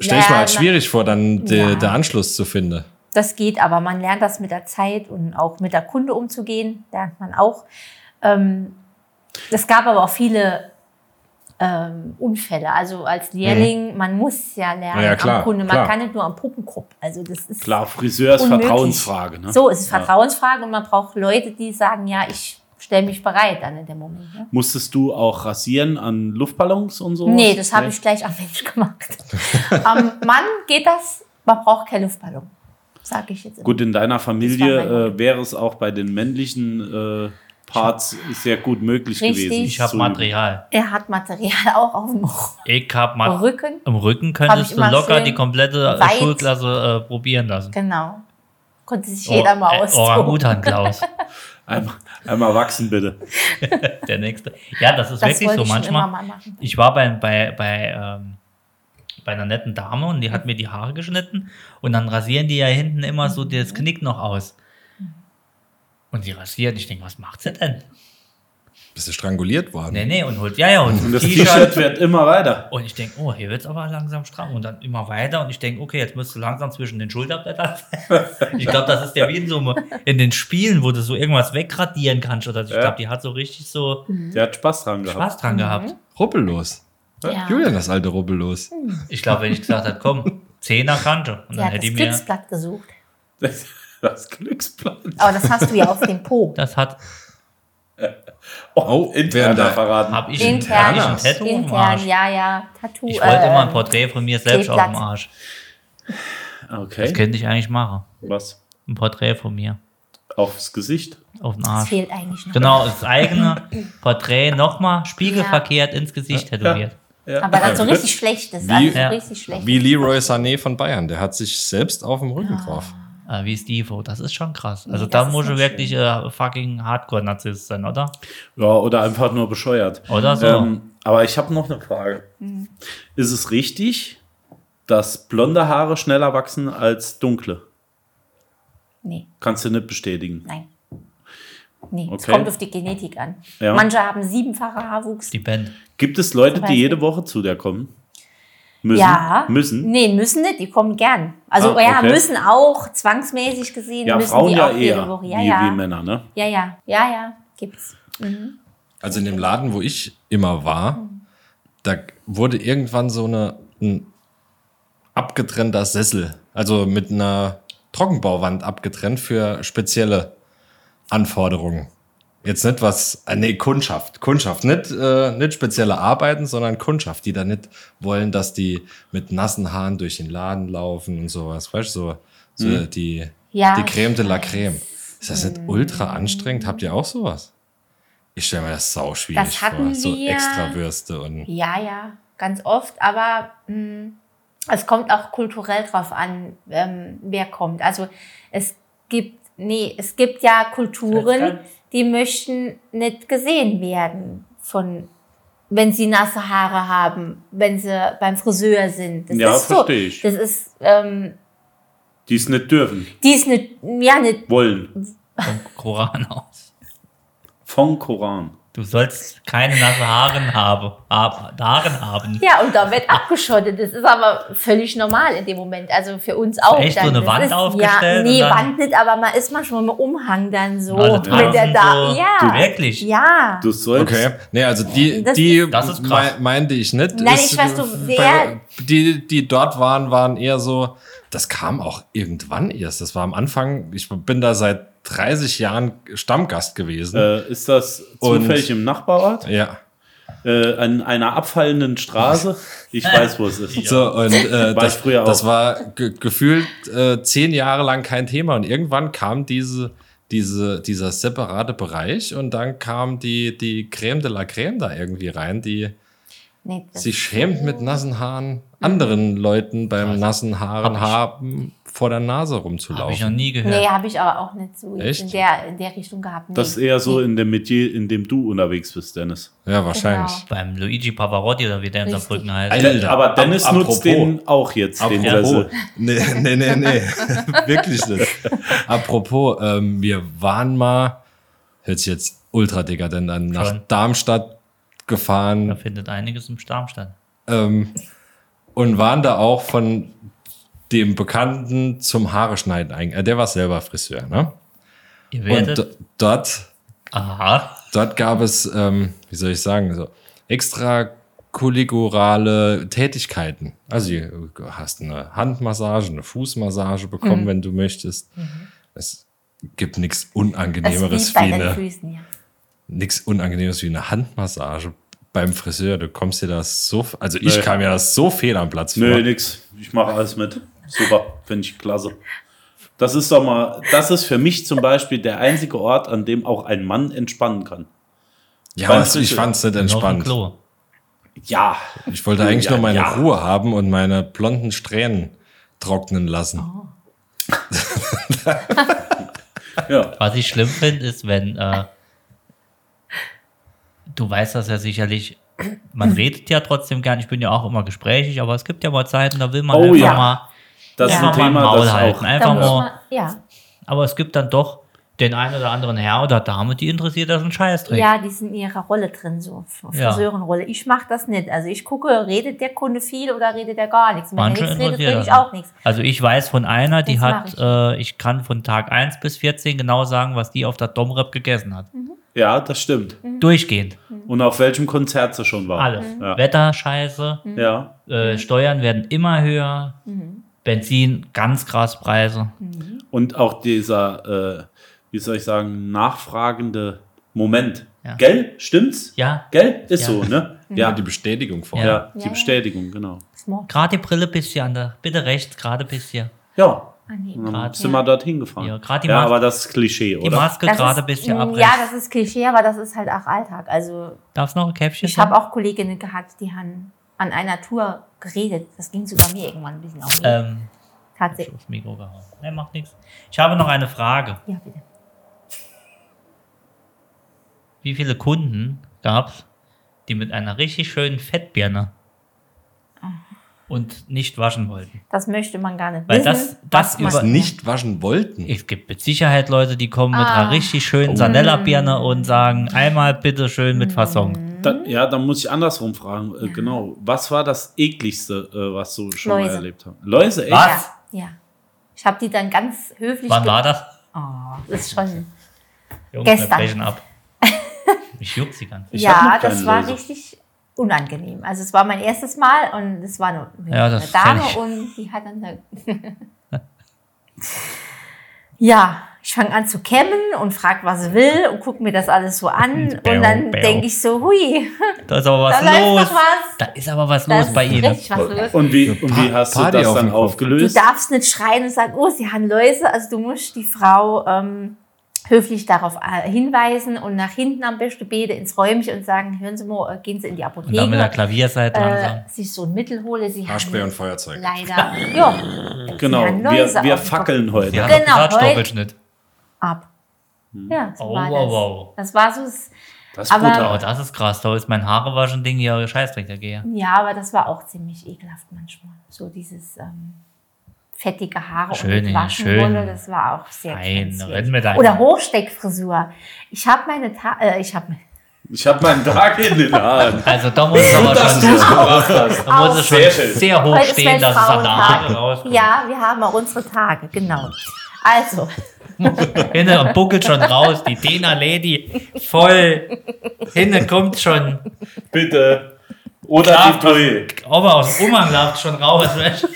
Speaker 5: stelle ich
Speaker 6: Ja,
Speaker 5: mir halt
Speaker 6: na-
Speaker 5: schwierig vor, dann de,
Speaker 6: Ja.
Speaker 5: der Anschluss zu finden.
Speaker 6: Das geht, aber man lernt das mit der Zeit und auch mit der Kunde umzugehen, lernt man auch. Ähm, es gab aber auch viele ähm, Unfälle. Also als Lehrling, man muss ja lernen
Speaker 5: Ja, klar,
Speaker 6: am Kunde. Man
Speaker 5: klar.
Speaker 6: kann nicht nur am Puppenkopf. Also das ist
Speaker 7: Klar, Friseur ist
Speaker 6: unmöglich.
Speaker 7: Vertrauensfrage. Ne?
Speaker 6: So, es ist Vertrauensfrage und man braucht Leute, die sagen, ja, ich stelle mich bereit dann in dem Moment. Ne?
Speaker 7: Musstest du auch rasieren an Luftballons und so?
Speaker 6: Nee, das
Speaker 4: ne?
Speaker 6: habe ich gleich am Mensch gemacht. am Mann geht das, man braucht keine Luftballon, sage ich jetzt. immer.
Speaker 7: Gut, in deiner
Speaker 6: Das war
Speaker 7: Familie
Speaker 6: mein
Speaker 7: äh, wäre es auch bei den männlichen äh, Parts sehr gut möglich
Speaker 6: Richtig.
Speaker 7: gewesen.
Speaker 4: Ich habe
Speaker 7: zu üben.
Speaker 4: Material.
Speaker 6: Er hat Material auch auf dem
Speaker 4: Ich habe Material.
Speaker 6: Rücken.
Speaker 4: Im Rücken
Speaker 6: Oh, Hab ich
Speaker 4: könntest du
Speaker 6: immer
Speaker 4: locker
Speaker 6: schön
Speaker 4: die komplette äh,
Speaker 6: weit-
Speaker 4: Schulklasse äh, probieren lassen.
Speaker 6: Genau. Konnte sich jeder mal
Speaker 4: äh,
Speaker 6: austoben.
Speaker 4: Orang-Utan Klaus,
Speaker 7: Einmal, einmal wachsen bitte.
Speaker 4: der nächste. Ja, das ist
Speaker 6: Das
Speaker 4: wirklich so
Speaker 6: wollte ich schon immer
Speaker 4: manchmal.
Speaker 6: mal machen.
Speaker 4: Ich war bei, bei, bei, ähm, bei einer netten Dame und die hat mir die Haare geschnitten und dann rasieren die ja hinten immer so
Speaker 6: Mhm.
Speaker 4: das Knick noch aus. Und die rasiert. Ich denke, was macht sie denn?
Speaker 5: Bist du stranguliert worden?
Speaker 4: Nee, nee, und holt, ja, ja, und,
Speaker 7: Und
Speaker 4: holt
Speaker 7: das
Speaker 4: T-Shirt.
Speaker 5: halt-
Speaker 7: T-Shirt wird immer weiter.
Speaker 4: Und ich denke, oh, hier wird es aber langsam stramm und dann immer weiter. Und ich denke, okay, jetzt müsst du langsam zwischen den Schulterblättern. ich glaube, das ist der Wiensumme. In den Spielen, wo du so irgendwas wegradieren kannst. Oder so. ich
Speaker 7: Ja.
Speaker 4: glaube, die hat so richtig so
Speaker 7: Der hat Spaß dran gehabt.
Speaker 4: Spaß
Speaker 6: Mhm.
Speaker 4: dran gehabt.
Speaker 5: Ruppellos.
Speaker 6: Ja.
Speaker 5: Julian, das alte Ruppellos.
Speaker 4: Ich glaube, wenn ich gesagt hätte, komm, Zehner Kante. Und dann
Speaker 6: Ja, das
Speaker 4: hätte ich mir.
Speaker 6: Glücksblatt gesucht.
Speaker 7: Das, das Glücksblatt.
Speaker 6: Aber das hast du ja auf dem Po.
Speaker 4: Das hat,
Speaker 5: Oh,
Speaker 7: Intern da verraten.
Speaker 4: habe ich ein, hab
Speaker 6: Intern,
Speaker 4: ich ein Tattoo im Arsch.
Speaker 6: intern, ja, ja. Tattoo.
Speaker 4: Ich wollte
Speaker 6: ähm,
Speaker 4: immer ein Porträt von mir selbst auf
Speaker 6: Kleeblatt.
Speaker 4: dem Arsch. Das
Speaker 7: Okay.
Speaker 4: könnte ich eigentlich machen.
Speaker 7: Was?
Speaker 4: Ein Porträt von mir
Speaker 7: Aufs Gesicht?
Speaker 4: auf dem
Speaker 6: Das
Speaker 4: Arsch.
Speaker 6: fehlt eigentlich noch.
Speaker 4: Genau, das eigene Porträt nochmal spiegelverkehrt ins Gesicht tätowiert.
Speaker 6: Aber dann so richtig schlechtes.
Speaker 5: Wie-
Speaker 6: Wie, so
Speaker 4: Ja.
Speaker 6: richtig schlecht.
Speaker 5: Wie Leroy Sané von Bayern, der hat sich selbst auf dem Rücken drauf.
Speaker 4: äh, wie Steve. Das ist schon krass. Also
Speaker 6: Nee,
Speaker 4: da
Speaker 6: das ist
Speaker 4: muss
Speaker 6: nicht
Speaker 4: du wirklich äh, fucking Hardcore-Narzisst sein, oder?
Speaker 7: Ja, oder einfach nur bescheuert.
Speaker 4: Oder so.
Speaker 7: Ähm, aber ich habe noch eine Frage.
Speaker 5: Mhm.
Speaker 7: Ist es richtig, dass blonde Haare schneller wachsen als dunkle?
Speaker 6: Nee,
Speaker 7: Kannst du nicht bestätigen.
Speaker 6: nein. Nee, es
Speaker 7: Okay.
Speaker 6: kommt auf die Genetik an.
Speaker 7: Ja.
Speaker 6: Manche haben siebenfache Haarwuchs.
Speaker 4: Die Band.
Speaker 7: Gibt es Leute, die
Speaker 6: Beispiel.
Speaker 7: jede Woche zu dir kommen? Müssen?
Speaker 6: Ja.
Speaker 7: Müssen?
Speaker 6: Nee, müssen nicht, die kommen gern. Also
Speaker 7: Ah,
Speaker 6: ja,
Speaker 7: okay.
Speaker 6: müssen auch zwangsmäßig gesehen,
Speaker 7: Ja,
Speaker 6: müssen
Speaker 7: Frauen
Speaker 6: die
Speaker 7: ja
Speaker 6: auch jede
Speaker 7: eher,
Speaker 6: Woche. Ja,
Speaker 7: wie,
Speaker 6: ja.
Speaker 7: wie Männer, ne?
Speaker 6: ja, ja, ja, ja, gibt's.
Speaker 5: Also in dem Laden, wo ich immer war, da wurde irgendwann so eine, ein abgetrennter Sessel, also mit einer Trockenbauwand abgetrennt für spezielle Anforderungen. Jetzt nicht was, äh, nee, Kundschaft, Kundschaft, nicht, äh, nicht spezielle Arbeiten, sondern Kundschaft, die da nicht wollen, dass die mit nassen Haaren durch den Laden laufen und sowas, weißt du, so, so die,
Speaker 6: Ja,
Speaker 5: die Creme de la Creme. Ist das nicht ultra anstrengend? Habt ihr auch sowas? Ich stelle mir das sau schwierig
Speaker 6: Das hatten
Speaker 5: vor, so
Speaker 6: wir.
Speaker 5: extra Würste und
Speaker 6: Ja, ja, ganz oft, aber mh, es kommt auch kulturell drauf an, ähm, wer kommt. Also es gibt, nee, es gibt ja Kulturen, die möchten nicht gesehen werden von wenn sie nasse Haare haben, wenn sie beim Friseur sind. Das
Speaker 7: Ja,
Speaker 6: ist so.
Speaker 7: verstehe ich.
Speaker 6: Das ist, ähm,
Speaker 7: Die es nicht dürfen,
Speaker 6: die ist nicht, ja, nicht
Speaker 7: wollen.
Speaker 4: Vom Koran aus.
Speaker 7: Vom Koran.
Speaker 4: Du sollst keine nasse Haaren haben. Hab, Haaren haben.
Speaker 6: Ja, und da wird abgeschottet. Das ist aber völlig normal in dem Moment. Also für uns auch.
Speaker 4: Echt so
Speaker 6: dann.
Speaker 4: eine
Speaker 6: Das
Speaker 4: Wand
Speaker 6: ist, Ja,
Speaker 4: aufgestellt
Speaker 6: nee,
Speaker 4: und dann-
Speaker 6: Wand nicht, aber man ist manchmal mit Umhang dann so.
Speaker 4: Also
Speaker 6: mit der
Speaker 4: tanzen
Speaker 6: da
Speaker 4: so.
Speaker 6: Ja.
Speaker 4: Du wirklich?
Speaker 6: Ja.
Speaker 7: Du sollst.
Speaker 5: Okay, nee, also die,
Speaker 6: Das
Speaker 5: die
Speaker 6: ist-
Speaker 4: Das ist krass.
Speaker 5: mei- meinte ich nicht.
Speaker 6: Nein,
Speaker 5: Ist,
Speaker 6: ich weiß, du-
Speaker 5: bei-
Speaker 6: wer-
Speaker 5: Die, die dort waren, waren eher so, das kam auch irgendwann erst. Das war am Anfang, ich bin da seit 30 Jahren Stammgast gewesen.
Speaker 7: Äh, ist das
Speaker 5: Und-
Speaker 7: zufällig im Nachbarort?
Speaker 5: ja.
Speaker 7: Äh, an einer abfallenden Straße? Ich weiß, wo es ist.
Speaker 5: So, und äh,
Speaker 7: War
Speaker 5: das,
Speaker 7: ich früher auch.
Speaker 5: das war ge gefühlt äh, zehn Jahre lang kein Thema. Und irgendwann kam diese, diese, dieser separate Bereich und dann kam die, die Creme de la Creme da irgendwie rein, die
Speaker 6: Nee, das-
Speaker 5: sich schämt mit nassen Haaren anderen Leuten beim nassen Haaren haben vor der Nase
Speaker 4: Habe ich noch
Speaker 5: rumzulaufen.
Speaker 4: nie gehört.
Speaker 6: nee habe ich aber auch nicht so jetzt
Speaker 5: Echt?
Speaker 6: in der, in der Richtung gehabt. Nee.
Speaker 7: Das ist eher so in dem Metier, in dem du unterwegs bist, Dennis.
Speaker 5: Ja, wahrscheinlich.
Speaker 4: Beim Luigi Pavarotti oder wie der in
Speaker 6: Richtig.
Speaker 4: Saarbrücken heißt.
Speaker 5: Alter,
Speaker 7: Aber Dennis
Speaker 5: ap-
Speaker 7: nutzt den auch jetzt, den
Speaker 5: Apropos,
Speaker 4: Oh.
Speaker 7: Sessel.
Speaker 5: nee, nee, nee, nee, wirklich nicht. Apropos, ähm, wir waren mal, hört sich jetzt ultra dekadent an, nach
Speaker 4: Schon.
Speaker 5: Darmstadt
Speaker 4: Da
Speaker 5: gefahren
Speaker 4: findet einiges im Stamm statt.
Speaker 5: ähm, und waren da auch von dem Bekannten zum Haare schneiden eigentlich. Äh, Der war selber Friseur, ne?
Speaker 4: Ihr
Speaker 5: Und
Speaker 4: werdet.
Speaker 7: äh,
Speaker 5: do- dort
Speaker 4: aha.
Speaker 5: dort gab es, ähm, wie soll ich sagen, so extra kollegiale Tätigkeiten. Also du hast eine Handmassage, eine Fußmassage bekommen,
Speaker 6: Mhm.
Speaker 5: wenn du möchtest. Es gibt nichts
Speaker 6: das Mhm. ist
Speaker 5: Unangenehmeres
Speaker 6: wie
Speaker 5: wie
Speaker 6: bei den
Speaker 5: eine,
Speaker 6: Füßen, ja.
Speaker 5: nix Unangenehmeres wie eine Handmassage beim Friseur. Du kommst dir das so, also ich
Speaker 7: Nö.
Speaker 5: kam mir das so fehl am Platz vor.
Speaker 7: Nö, nix. Ich mache alles mit. Super, finde ich klasse. Das ist doch mal, das ist für mich zum Beispiel der einzige Ort, an dem auch ein Mann entspannen kann.
Speaker 5: ja,
Speaker 7: beim
Speaker 5: aber ich
Speaker 7: Friseur.
Speaker 5: fand's nicht
Speaker 4: Noch ein
Speaker 5: entspannt.
Speaker 4: Klo.
Speaker 7: Ja.
Speaker 5: Ich wollte eigentlich
Speaker 7: Ja,
Speaker 5: nur meine
Speaker 7: ja.
Speaker 5: Ruhe haben und meine blonden Strähnen trocknen lassen.
Speaker 6: Oh.
Speaker 7: Ja.
Speaker 4: Was ich schlimm finde, ist, wenn äh, du weißt das ja sicherlich, man redet ja trotzdem gern, ich bin ja auch immer gesprächig, aber es gibt ja mal Zeiten, da will man
Speaker 7: Oh
Speaker 4: einfach
Speaker 7: ja.
Speaker 4: mal,
Speaker 7: Das
Speaker 6: Ja.
Speaker 7: ist ein
Speaker 4: einfach mal ein
Speaker 7: Thema,
Speaker 4: Maul
Speaker 7: das
Speaker 4: halten.
Speaker 7: auch.
Speaker 6: Da
Speaker 4: Einfach
Speaker 6: muss
Speaker 4: mal,
Speaker 6: man, ja.
Speaker 4: aber es gibt dann doch den einen oder anderen Herr oder Dame, die interessiert das ein Scheißdreck.
Speaker 6: ja, die sind in ihrer Rolle drin, so
Speaker 4: Ja.
Speaker 6: Friseurenrolle. Ich mache das nicht. Also ich gucke, redet der Kunde viel oder redet er gar nichts. Wenn er
Speaker 4: Manche
Speaker 6: nichts redet,
Speaker 4: interessiert
Speaker 6: rede
Speaker 4: das.
Speaker 6: ich auch nichts.
Speaker 4: Also ich weiß von einer, die
Speaker 6: Das mach
Speaker 4: hat, äh, ich kann von Tag 1 bis 14 genau sagen, was die auf der Domrep gegessen hat.
Speaker 7: Ja, das stimmt.
Speaker 4: Mhm. Durchgehend.
Speaker 7: Und auf welchem Konzert sie schon war.
Speaker 4: Alles.
Speaker 6: Mhm.
Speaker 7: Ja.
Speaker 4: Wetter, Scheiße,
Speaker 7: ja.
Speaker 4: äh, Steuern werden immer höher,
Speaker 6: Mhm.
Speaker 4: Benzin, ganz krass Preise.
Speaker 7: Und auch dieser, äh, wie soll ich sagen, nachfragende Moment.
Speaker 4: Ja.
Speaker 7: Gell? Stimmt's?
Speaker 4: Ja,
Speaker 7: Gell? Ist
Speaker 4: Ja.
Speaker 7: so, ne? Ja.
Speaker 5: Die Bestätigung vor.
Speaker 7: Ja,
Speaker 6: Ja,
Speaker 7: die
Speaker 6: ja.
Speaker 7: Bestätigung, genau.
Speaker 4: gerade die Brille bis hier an der, bitte rechts, gerade bis hier.
Speaker 7: Ja.
Speaker 6: Ah, nee.
Speaker 7: Und dann
Speaker 4: Grad,
Speaker 7: sind wir dorthin gefahren.
Speaker 4: Ja,
Speaker 7: Ja,
Speaker 4: grad die Mas-
Speaker 7: aber das ist Klischee,
Speaker 4: Die
Speaker 7: oder?
Speaker 4: Maske
Speaker 6: Das
Speaker 4: gerade
Speaker 6: ist-
Speaker 4: bis hier
Speaker 6: mm,
Speaker 4: abrechts.
Speaker 6: Ja, das ist Klischee, aber das ist halt auch Alltag. Also
Speaker 4: Darf es noch ein Käppchen
Speaker 6: ich habe auch Kolleginnen gehabt, die haben an einer Tour geredet. Das ging sogar mir irgendwann ein bisschen auf. den
Speaker 4: Ähm,
Speaker 6: Tatsächlich.
Speaker 4: aufs Mikro gehauen. Nein, macht nichts. Ich habe noch eine Frage.
Speaker 6: Ja, bitte.
Speaker 4: Wie viele Kunden gab es, die mit einer richtig schönen Fettbirne
Speaker 6: Ah.
Speaker 4: und nicht waschen wollten?
Speaker 6: Das möchte man gar nicht
Speaker 4: Weil
Speaker 6: wissen.
Speaker 4: das- das
Speaker 6: was
Speaker 4: über-
Speaker 6: man-
Speaker 5: Nicht waschen wollten.
Speaker 4: Es gibt mit Sicherheit Leute, die kommen mit
Speaker 6: Ah.
Speaker 4: einer richtig schönen Sanella-Birne
Speaker 6: Oh.
Speaker 4: und sagen, einmal bitte schön mit
Speaker 6: Mm.
Speaker 4: Fasson.
Speaker 6: Mhm.
Speaker 7: Da, ja, dann muss ich andersrum fragen. Äh, genau. Was war das ekligste, äh, was du schon mal
Speaker 6: Läuse.
Speaker 7: erlebt hast? Läuse, echt?
Speaker 4: Was?
Speaker 6: Ja, ja. Ich habe die dann ganz höflich.
Speaker 4: Wann
Speaker 6: ge-
Speaker 4: war das?
Speaker 6: Oh, das ist schon.
Speaker 4: Jungs, wir
Speaker 6: Gestern.
Speaker 4: brechen ab. Mich juckt sie ganz.
Speaker 7: Ich hab
Speaker 6: ja,
Speaker 7: noch keine
Speaker 6: das war
Speaker 7: Läuse.
Speaker 6: richtig unangenehm. Also es war mein erstes Mal und es war eine,
Speaker 4: Ja, das
Speaker 6: eine
Speaker 4: kenn ich.
Speaker 6: Dame und die hat dann eine Ja, ich fange an zu kämmen und frag, was sie will und guck mir das alles so an und
Speaker 4: Bäu,
Speaker 6: dann
Speaker 4: bäu.
Speaker 6: denke ich so, hui,
Speaker 4: Da ist aber
Speaker 6: da
Speaker 4: was
Speaker 6: läuft
Speaker 4: los.
Speaker 6: noch was.
Speaker 4: Da ist aber was
Speaker 6: Da
Speaker 4: los
Speaker 6: ist
Speaker 4: bei Ihnen.
Speaker 6: richtig was los.
Speaker 7: Und wie, und wie hast du
Speaker 5: Party
Speaker 7: das
Speaker 5: auf
Speaker 7: dann
Speaker 5: dem Kopf.
Speaker 6: Du
Speaker 7: aufgelöst?
Speaker 6: darfst nicht schreien und sagen, oh, sie haben Läuse. Also du musst die Frau ähm, höflich darauf äh, hinweisen und nach hinten am besten bete ins Räumchen und sagen, hören Sie mal, äh, gehen Sie in die
Speaker 4: Und dann mit der
Speaker 6: Apotheke.
Speaker 4: Klavier seid
Speaker 6: Äh,
Speaker 4: langsam.
Speaker 6: sich so ein Mittel hole, sie
Speaker 5: Haarspray und
Speaker 6: haben
Speaker 5: Feuerzeug.
Speaker 6: leider ja,
Speaker 7: Genau,
Speaker 6: Ja,
Speaker 7: wir,
Speaker 6: Läuse
Speaker 7: wir
Speaker 6: auf dem Kopf.
Speaker 7: fackeln heute.
Speaker 4: Sie hat
Speaker 6: genau,
Speaker 4: einen
Speaker 6: heute-
Speaker 4: Doppelschnitt.
Speaker 6: ab.
Speaker 7: Hm.
Speaker 6: Ja, so
Speaker 4: Oh,
Speaker 6: war
Speaker 4: wow,
Speaker 6: das.
Speaker 4: wow.
Speaker 6: Das war so, das-
Speaker 7: Das ist
Speaker 6: Aber-
Speaker 7: brutal.
Speaker 4: Oh, das ist krass. Da ist mein Haarewaschen-Ding ja Scheißdreck der Gehe.
Speaker 6: ja, aber das war auch ziemlich ekelhaft manchmal. So dieses ähm, fettige Haare
Speaker 4: Schön,
Speaker 6: und
Speaker 4: ja,
Speaker 6: Waschenwolle,
Speaker 4: schön.
Speaker 6: das war auch sehr
Speaker 4: Nein,
Speaker 6: grenzwertig.
Speaker 4: rennen wir da
Speaker 6: Oder
Speaker 4: hin.
Speaker 6: Hochsteckfrisur. Ich habe meine, Ta äh, ich habe
Speaker 7: Ich habe meinen Tag in den Haaren.
Speaker 4: Also da muss es aber
Speaker 7: Dass
Speaker 4: schon,
Speaker 7: du es gebracht hast.
Speaker 4: da muss es schon
Speaker 7: Sehr schön.
Speaker 4: sehr hoch
Speaker 6: Heute ist
Speaker 4: stehen, dass es an der
Speaker 6: Weltfrauentag.
Speaker 4: Haare rauskommt.
Speaker 6: Ja, wir haben auch unsere Tage, genau. Also,
Speaker 4: Hinne buckelt schon raus, die Dena Lady voll. Hinne kommt schon,
Speaker 7: Bitte. Oder
Speaker 4: Klar.
Speaker 7: die Tui.
Speaker 4: Oma aus dem Umhang lacht schon raus. weißt du?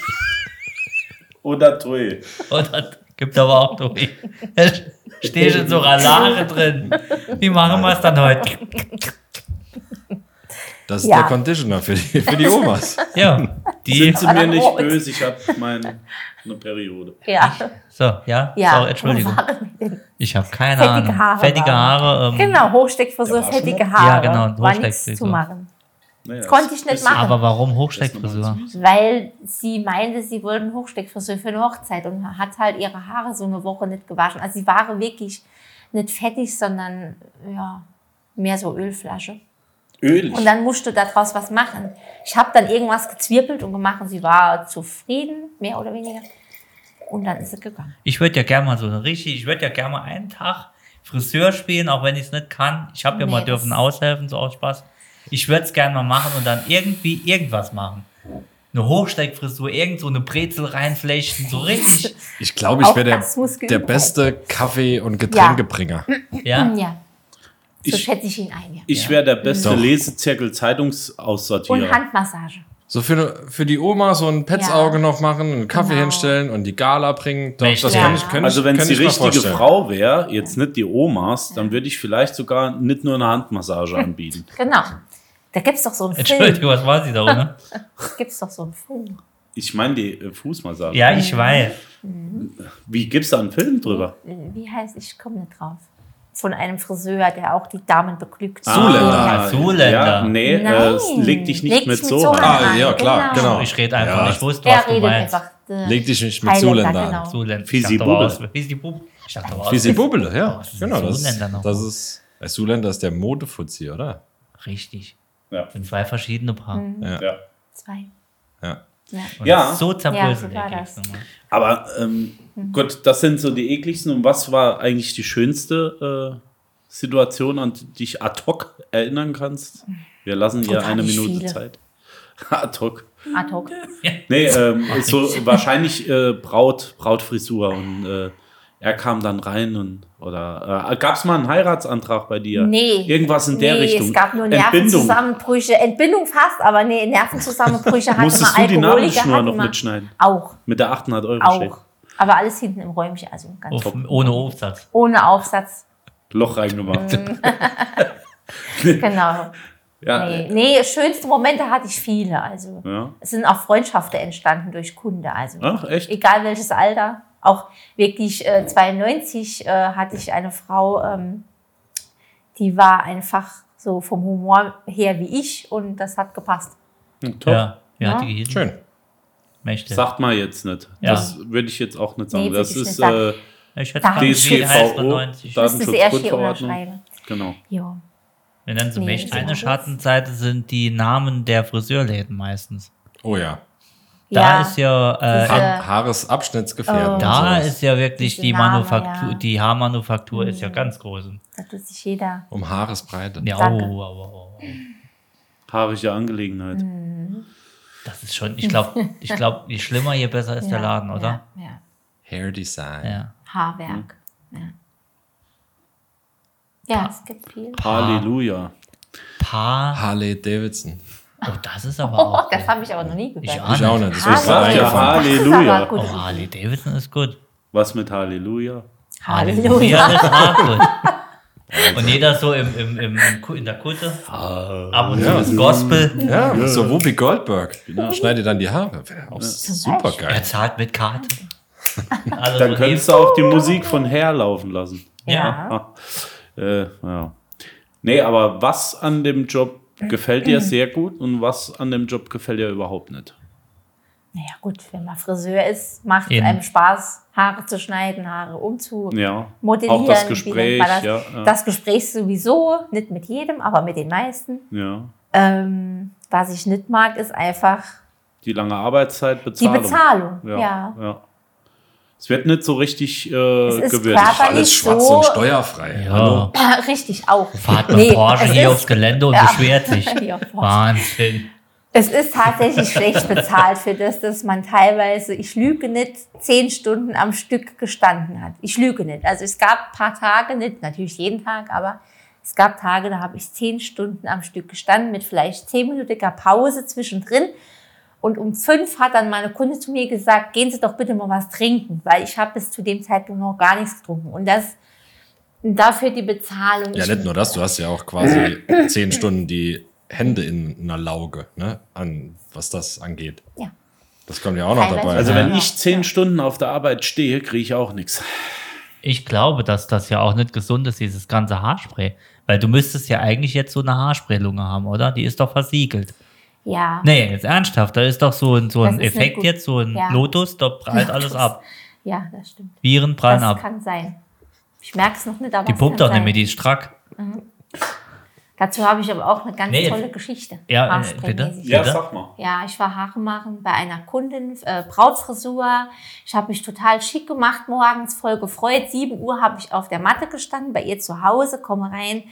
Speaker 7: Oder Tui.
Speaker 4: Und das gibt aber auch durch. Steht schon so Ralare drin. Wie machen wir es dann heute?
Speaker 5: Das ist
Speaker 6: Ja.
Speaker 5: der Conditioner für die, für die Omas.
Speaker 4: Ja, die.
Speaker 7: Sind Sie mir nicht
Speaker 6: Rot.
Speaker 7: böse, ich habe meine Periode.
Speaker 6: ja.
Speaker 4: So, ja?
Speaker 6: Ja.
Speaker 4: So, Entschuldigung. Ich habe keine
Speaker 6: Fettige
Speaker 4: Ahnung.
Speaker 6: Haare
Speaker 4: Fettige
Speaker 6: waren.
Speaker 4: Haare. Ähm,
Speaker 6: Genau, Hochsteckfrisur,
Speaker 7: Ja, war
Speaker 6: fettige
Speaker 7: schon-
Speaker 6: Haare.
Speaker 4: Ja, genau, ein
Speaker 6: War
Speaker 4: Hochsteck-
Speaker 6: nichts zu machen.
Speaker 7: Naja,
Speaker 6: Konnte ich nicht machen,
Speaker 4: Aber warum Hochsteckfrisur?
Speaker 6: weil sie meinte, sie wollten Hochsteckfrisur für eine Hochzeit und hat halt ihre Haare so eine Woche nicht gewaschen. Also sie waren wirklich nicht fettig, sondern ja, mehr so Ölflasche.
Speaker 7: Ölig.
Speaker 6: Und dann musst du daraus was machen. Ich habe dann irgendwas gezwirbelt und gemacht und sie war zufrieden, mehr oder weniger. Und dann ist sie gegangen.
Speaker 4: Ich würde ja gerne mal so eine richtig, ich würde ja gerne mal einen Tag Friseur spielen, auch wenn ich es nicht kann. Ich habe ja
Speaker 6: Nee,
Speaker 4: mal
Speaker 6: das-
Speaker 4: dürfen aushelfen, so aus Spaß. Ich würde es gerne mal machen und dann irgendwie irgendwas machen. Eine Hochsteckfrisur, irgend so eine Brezel reinflechten, so richtig.
Speaker 5: Ich glaube, ich
Speaker 6: Auch
Speaker 5: wäre
Speaker 6: das muss
Speaker 5: der,
Speaker 6: geübt
Speaker 5: der
Speaker 6: werden. Mm.
Speaker 5: beste Kaffee- und Getränkebringer.
Speaker 4: Ja,
Speaker 6: Ja, so
Speaker 7: Ich,
Speaker 6: schätze ich ihn ein. Ja.
Speaker 7: ich wäre der beste
Speaker 5: Doch.
Speaker 6: Und
Speaker 7: Lesezirkel-Zeitungsaussortierer.
Speaker 6: Handmassage.
Speaker 5: So für, für die Oma so ein Petsauge noch machen, einen Kaffee
Speaker 6: Genau.
Speaker 5: hinstellen und die Gala bringen. Doch,
Speaker 4: Richtig.
Speaker 5: das
Speaker 6: Ja.
Speaker 5: kann ich, kann
Speaker 7: Also
Speaker 5: ich,
Speaker 7: wenn es
Speaker 5: kann
Speaker 7: die
Speaker 5: ich mir
Speaker 7: richtige
Speaker 5: vorstellen.
Speaker 7: Frau wäre, jetzt nicht die Omas, dann würde ich vielleicht sogar nicht nur eine Handmassage anbieten.
Speaker 6: Genau. Da gibt es doch so einen Film.
Speaker 4: Entschuldigung, was war sie da, ne?
Speaker 6: Gibt es doch so einen Film.
Speaker 7: Ich meine die äh, Fußmassage.
Speaker 4: Ja, ich weiß.
Speaker 7: Wie gibt es da einen Film drüber?
Speaker 6: Äh, Wie heißt, ich komme nicht drauf. Von einem Friseur, der auch die Damen beglückt.
Speaker 4: Zuländer. Zuländer.
Speaker 7: Ja, nee,
Speaker 6: Nein.
Speaker 7: Ah. äh, leg dich nicht
Speaker 6: Leg
Speaker 7: mit
Speaker 6: dich
Speaker 7: so rein.
Speaker 5: Ah, ja, klar, genau.
Speaker 4: Ich rede einfach,
Speaker 5: Ja.
Speaker 4: ich wusste, was
Speaker 6: Er
Speaker 4: du
Speaker 6: redet
Speaker 4: meinst.
Speaker 6: einfach. äh,
Speaker 5: Leg dich nicht mit
Speaker 6: Highlander,
Speaker 5: Zuländern an.
Speaker 6: genau.
Speaker 4: Zuländer. Ich
Speaker 7: Fisi
Speaker 4: dachte, aber
Speaker 7: Bubel.
Speaker 4: aus- Fisi Bubel. Ich dachte, aber
Speaker 5: Wie
Speaker 4: aus-
Speaker 5: sie Bubble, ja.
Speaker 4: Was ist
Speaker 5: genau,
Speaker 4: denn
Speaker 5: das,
Speaker 4: Zuländer noch?
Speaker 5: das ist. Äh, Zuländer ist der Modefuzzi, oder?
Speaker 4: Richtig.
Speaker 7: Ja.
Speaker 4: Sind zwei verschiedene Paar. Und
Speaker 7: Ja.
Speaker 6: Zwei.
Speaker 5: Ja.
Speaker 6: Mhm. Ja.
Speaker 7: Ja.
Speaker 4: das ist So zerbröselt.
Speaker 6: Ja, so war
Speaker 4: der
Speaker 6: das.
Speaker 4: Keks nochmal.
Speaker 7: Aber ähm,
Speaker 6: Mhm.
Speaker 7: gut, das sind so die ekligsten. Und was war eigentlich die schönste äh, Situation, an die dich ad hoc erinnern kannst? Wir lassen dir
Speaker 6: Gott,
Speaker 7: eine
Speaker 6: hab ich
Speaker 7: Minute
Speaker 6: viele.
Speaker 7: Zeit. ad hoc.
Speaker 6: Ad hoc.
Speaker 7: Nee, ähm, so wahrscheinlich äh, Braut, Brautfrisur. Und äh, er kam dann rein und oder äh, gab es mal einen Heiratsantrag bei dir?
Speaker 6: Nee.
Speaker 7: Irgendwas in der
Speaker 6: nee,
Speaker 7: Richtung.
Speaker 6: Es gab nur
Speaker 7: Entbindung.
Speaker 6: Nervenzusammenbrüche. Entbindung fast, aber nee, Nervenzusammenbrüche hatten
Speaker 7: Musstest
Speaker 6: wir
Speaker 7: du die
Speaker 6: Alkoholiker.
Speaker 7: Nabelschnur
Speaker 6: hatten
Speaker 7: noch Oh,
Speaker 6: wir-
Speaker 7: mitschneiden?
Speaker 6: Auch,
Speaker 7: Mit der 800 Euro steht.
Speaker 6: auch. Aber alles hinten im Räumchen, also ganz
Speaker 4: Auf, ohne Aufsatz.
Speaker 6: ohne Aufsatz.
Speaker 7: Loch reingemacht.
Speaker 6: Mhm. Genau.
Speaker 7: ja,
Speaker 6: Nee, nee, schönste Momente hatte ich viele. Also
Speaker 7: Ja. Ah.
Speaker 6: es sind auch Freundschaften entstanden durch Kunde. Also
Speaker 7: Ach, echt?
Speaker 6: egal welches Alter. Auch wirklich äh, 92 äh, hatte ich eine Frau, ähm, die war einfach so vom Humor her wie ich und das hat gepasst.
Speaker 7: Top.
Speaker 4: Ja, ja, hat die Gehirn.
Speaker 5: Schön.
Speaker 4: möchte.
Speaker 7: Sagt mal jetzt nicht.
Speaker 4: Ja.
Speaker 7: Das würde ich jetzt auch nicht sagen.
Speaker 6: Nee, würd
Speaker 7: das
Speaker 6: ich nicht
Speaker 7: ist äh,
Speaker 6: sagen.
Speaker 4: ich hätte gesagt,
Speaker 6: Sag-
Speaker 4: Michel heißt von
Speaker 7: DSGVO,
Speaker 4: 90.
Speaker 7: das-
Speaker 6: Müsste erst hier unterschreiben.
Speaker 7: genau.
Speaker 6: Jo.
Speaker 4: Wir nennen sie
Speaker 6: Nee,
Speaker 4: Mächte.
Speaker 6: so
Speaker 4: Eine
Speaker 6: kurz.
Speaker 4: Schattenseite sind die Namen der Friseurläden meistens.
Speaker 5: Oh ja.
Speaker 4: Da
Speaker 6: ja.
Speaker 4: ist ja, äh,
Speaker 6: Das ist,
Speaker 4: in-
Speaker 6: Äh,
Speaker 5: Ha Haaresabschnittsgefährden.
Speaker 4: Äh. da
Speaker 5: und sowas.
Speaker 4: ist ja wirklich
Speaker 6: Diese
Speaker 4: die
Speaker 6: Name,
Speaker 4: Manufaktur,
Speaker 6: ja. Mhm.
Speaker 4: die Haarmanufaktur ist ja ganz groß.
Speaker 6: Da tut sich jeder.
Speaker 5: Um Haaresbreite.
Speaker 4: Ja, oh,
Speaker 6: Danke.
Speaker 4: oh, oh, oh.
Speaker 7: Haarische Angelegenheit.
Speaker 6: Mhm.
Speaker 4: Das ist schon, ich glaube, ich glaub, je schlimmer, je besser ist der
Speaker 6: Ja,
Speaker 4: Laden, oder?
Speaker 6: Ja, ja.
Speaker 5: Hair Design.
Speaker 4: Ja.
Speaker 6: Haarwerk.
Speaker 7: Hm.
Speaker 6: Ja. ja, es gibt viel.
Speaker 7: Halleluja.
Speaker 4: Paar.
Speaker 5: Harley Davidson.
Speaker 4: Oh, das ist aber
Speaker 6: Oh,
Speaker 4: auch.
Speaker 6: das habe ich aber noch nie
Speaker 4: Ich
Speaker 6: gehört.
Speaker 4: auch
Speaker 5: Ich auch
Speaker 4: nicht.
Speaker 5: nicht. Das ist mir
Speaker 7: Sag ja
Speaker 5: eingefallen.
Speaker 7: Halleluja.
Speaker 6: gut.
Speaker 4: Oh, Harley Davidson ist gut.
Speaker 7: Was mit Halleluja?
Speaker 6: Halleluja.
Speaker 4: ist auch gut. Und jeder so im, im, im, im Ku- in der Kutte. Ab und zu ist Gospel.
Speaker 5: Ja, so Whoopi Goldberg.
Speaker 6: Genau.
Speaker 5: Schneid dir dann die Haare. Wäre auch super
Speaker 4: Er
Speaker 5: geil.
Speaker 4: zahlt mit Karte.
Speaker 6: Ah.
Speaker 4: Also
Speaker 7: Dann
Speaker 4: so
Speaker 7: könntest du auch die Musik von Herr laufen lassen.
Speaker 4: Ja.
Speaker 7: Ah, äh, ja. Nee, aber was an dem Job gefällt
Speaker 6: Mhm.
Speaker 7: dir sehr gut und was an dem Job gefällt dir überhaupt nicht?
Speaker 6: Naja, gut, wenn man Friseur ist, macht es
Speaker 4: Eben.
Speaker 6: einem Spaß, Haare zu schneiden, Haare umzumodellieren.
Speaker 7: Ja.
Speaker 6: modellieren.
Speaker 7: Auch das
Speaker 6: wie nennt
Speaker 7: Gespräch,
Speaker 6: man das?
Speaker 7: ja, ja.
Speaker 6: das Gespräch sowieso, nicht mit jedem, aber mit den meisten.
Speaker 7: ja.
Speaker 6: Ähm, was ich nicht mag, ist einfach
Speaker 7: Die lange Arbeitszeit,
Speaker 6: die
Speaker 7: Bezahlung.
Speaker 6: Bezahlung.
Speaker 7: Ja.
Speaker 6: Ja.
Speaker 7: ja. Es wird nicht so richtig äh,
Speaker 6: Es ist
Speaker 7: gewürdigt.
Speaker 6: körperlich
Speaker 5: Alles schwarz
Speaker 6: so
Speaker 5: und steuerfrei.
Speaker 4: Ja.
Speaker 6: richtig auch.
Speaker 4: Fahrt mit Porsche
Speaker 6: es
Speaker 4: hier
Speaker 6: ist-
Speaker 4: aufs Gelände und
Speaker 6: Ja.
Speaker 4: beschwert sich.
Speaker 6: Ja, Porsche.
Speaker 4: Wahnsinn.
Speaker 6: Es ist tatsächlich schlecht bezahlt für das, dass man teilweise, ich lüge nicht, zehn Stunden am Stück gestanden hat. Ich lüge nicht. Also es gab ein paar Tage, nicht natürlich jeden Tag, aber es gab Tage, da habe ich zehn Stunden am Stück gestanden mit vielleicht zehnminütiger Pause zwischendrin. Und um fünf hat dann meine Kunde zu mir gesagt, gehen Sie doch bitte mal was trinken, weil ich habe bis zu dem Zeitpunkt noch gar nichts getrunken. Und das und dafür die Bezahlung.
Speaker 5: Ja,
Speaker 6: Ich-
Speaker 5: nicht nur das, du hast ja auch quasi zehn Stunden die Hände in einer Lauge, ne? An was das angeht.
Speaker 6: Ja.
Speaker 5: Das kommt ja auch noch
Speaker 6: Teilweise.
Speaker 5: dabei. ne?
Speaker 7: Also wenn
Speaker 6: Ja.
Speaker 7: ich zehn Stunden auf der Arbeit stehe, kriege ich auch nichts.
Speaker 4: Ich glaube, dass das ja auch nicht gesund ist, dieses ganze Haarspray. Weil du müsstest ja eigentlich jetzt so eine Haarspraylunge haben, oder? Die ist doch versiegelt.
Speaker 6: Ja.
Speaker 4: Nee, jetzt ernsthaft, da ist doch so ein, so
Speaker 6: Das
Speaker 4: ein
Speaker 6: ist nicht
Speaker 4: Effekt
Speaker 6: gut.
Speaker 4: jetzt, so ein
Speaker 6: Ja.
Speaker 4: Lotus, da prallt alles ab.
Speaker 6: ja, das stimmt.
Speaker 4: Viren prallen
Speaker 6: das
Speaker 4: ab.
Speaker 6: kann sein. Ich merke es noch nicht, aber
Speaker 4: Die
Speaker 6: es
Speaker 4: pumpt
Speaker 6: kann
Speaker 4: doch nicht
Speaker 6: sein.
Speaker 4: mehr, die ist strack.
Speaker 6: Dazu habe ich aber auch eine ganz
Speaker 4: Nee,
Speaker 6: tolle Geschichte.
Speaker 4: Ja, äh,
Speaker 6: Haarspraymäßig.
Speaker 4: bitte.
Speaker 7: Ja,
Speaker 4: bitte?
Speaker 7: sag mal.
Speaker 6: Ja, ich war Haare machen bei einer Kundin, äh, Brautfrisur. Ich habe mich total schick gemacht, morgens voll gefreut. 7 Uhr habe ich auf der Matte gestanden, bei ihr zu Hause, komme rein.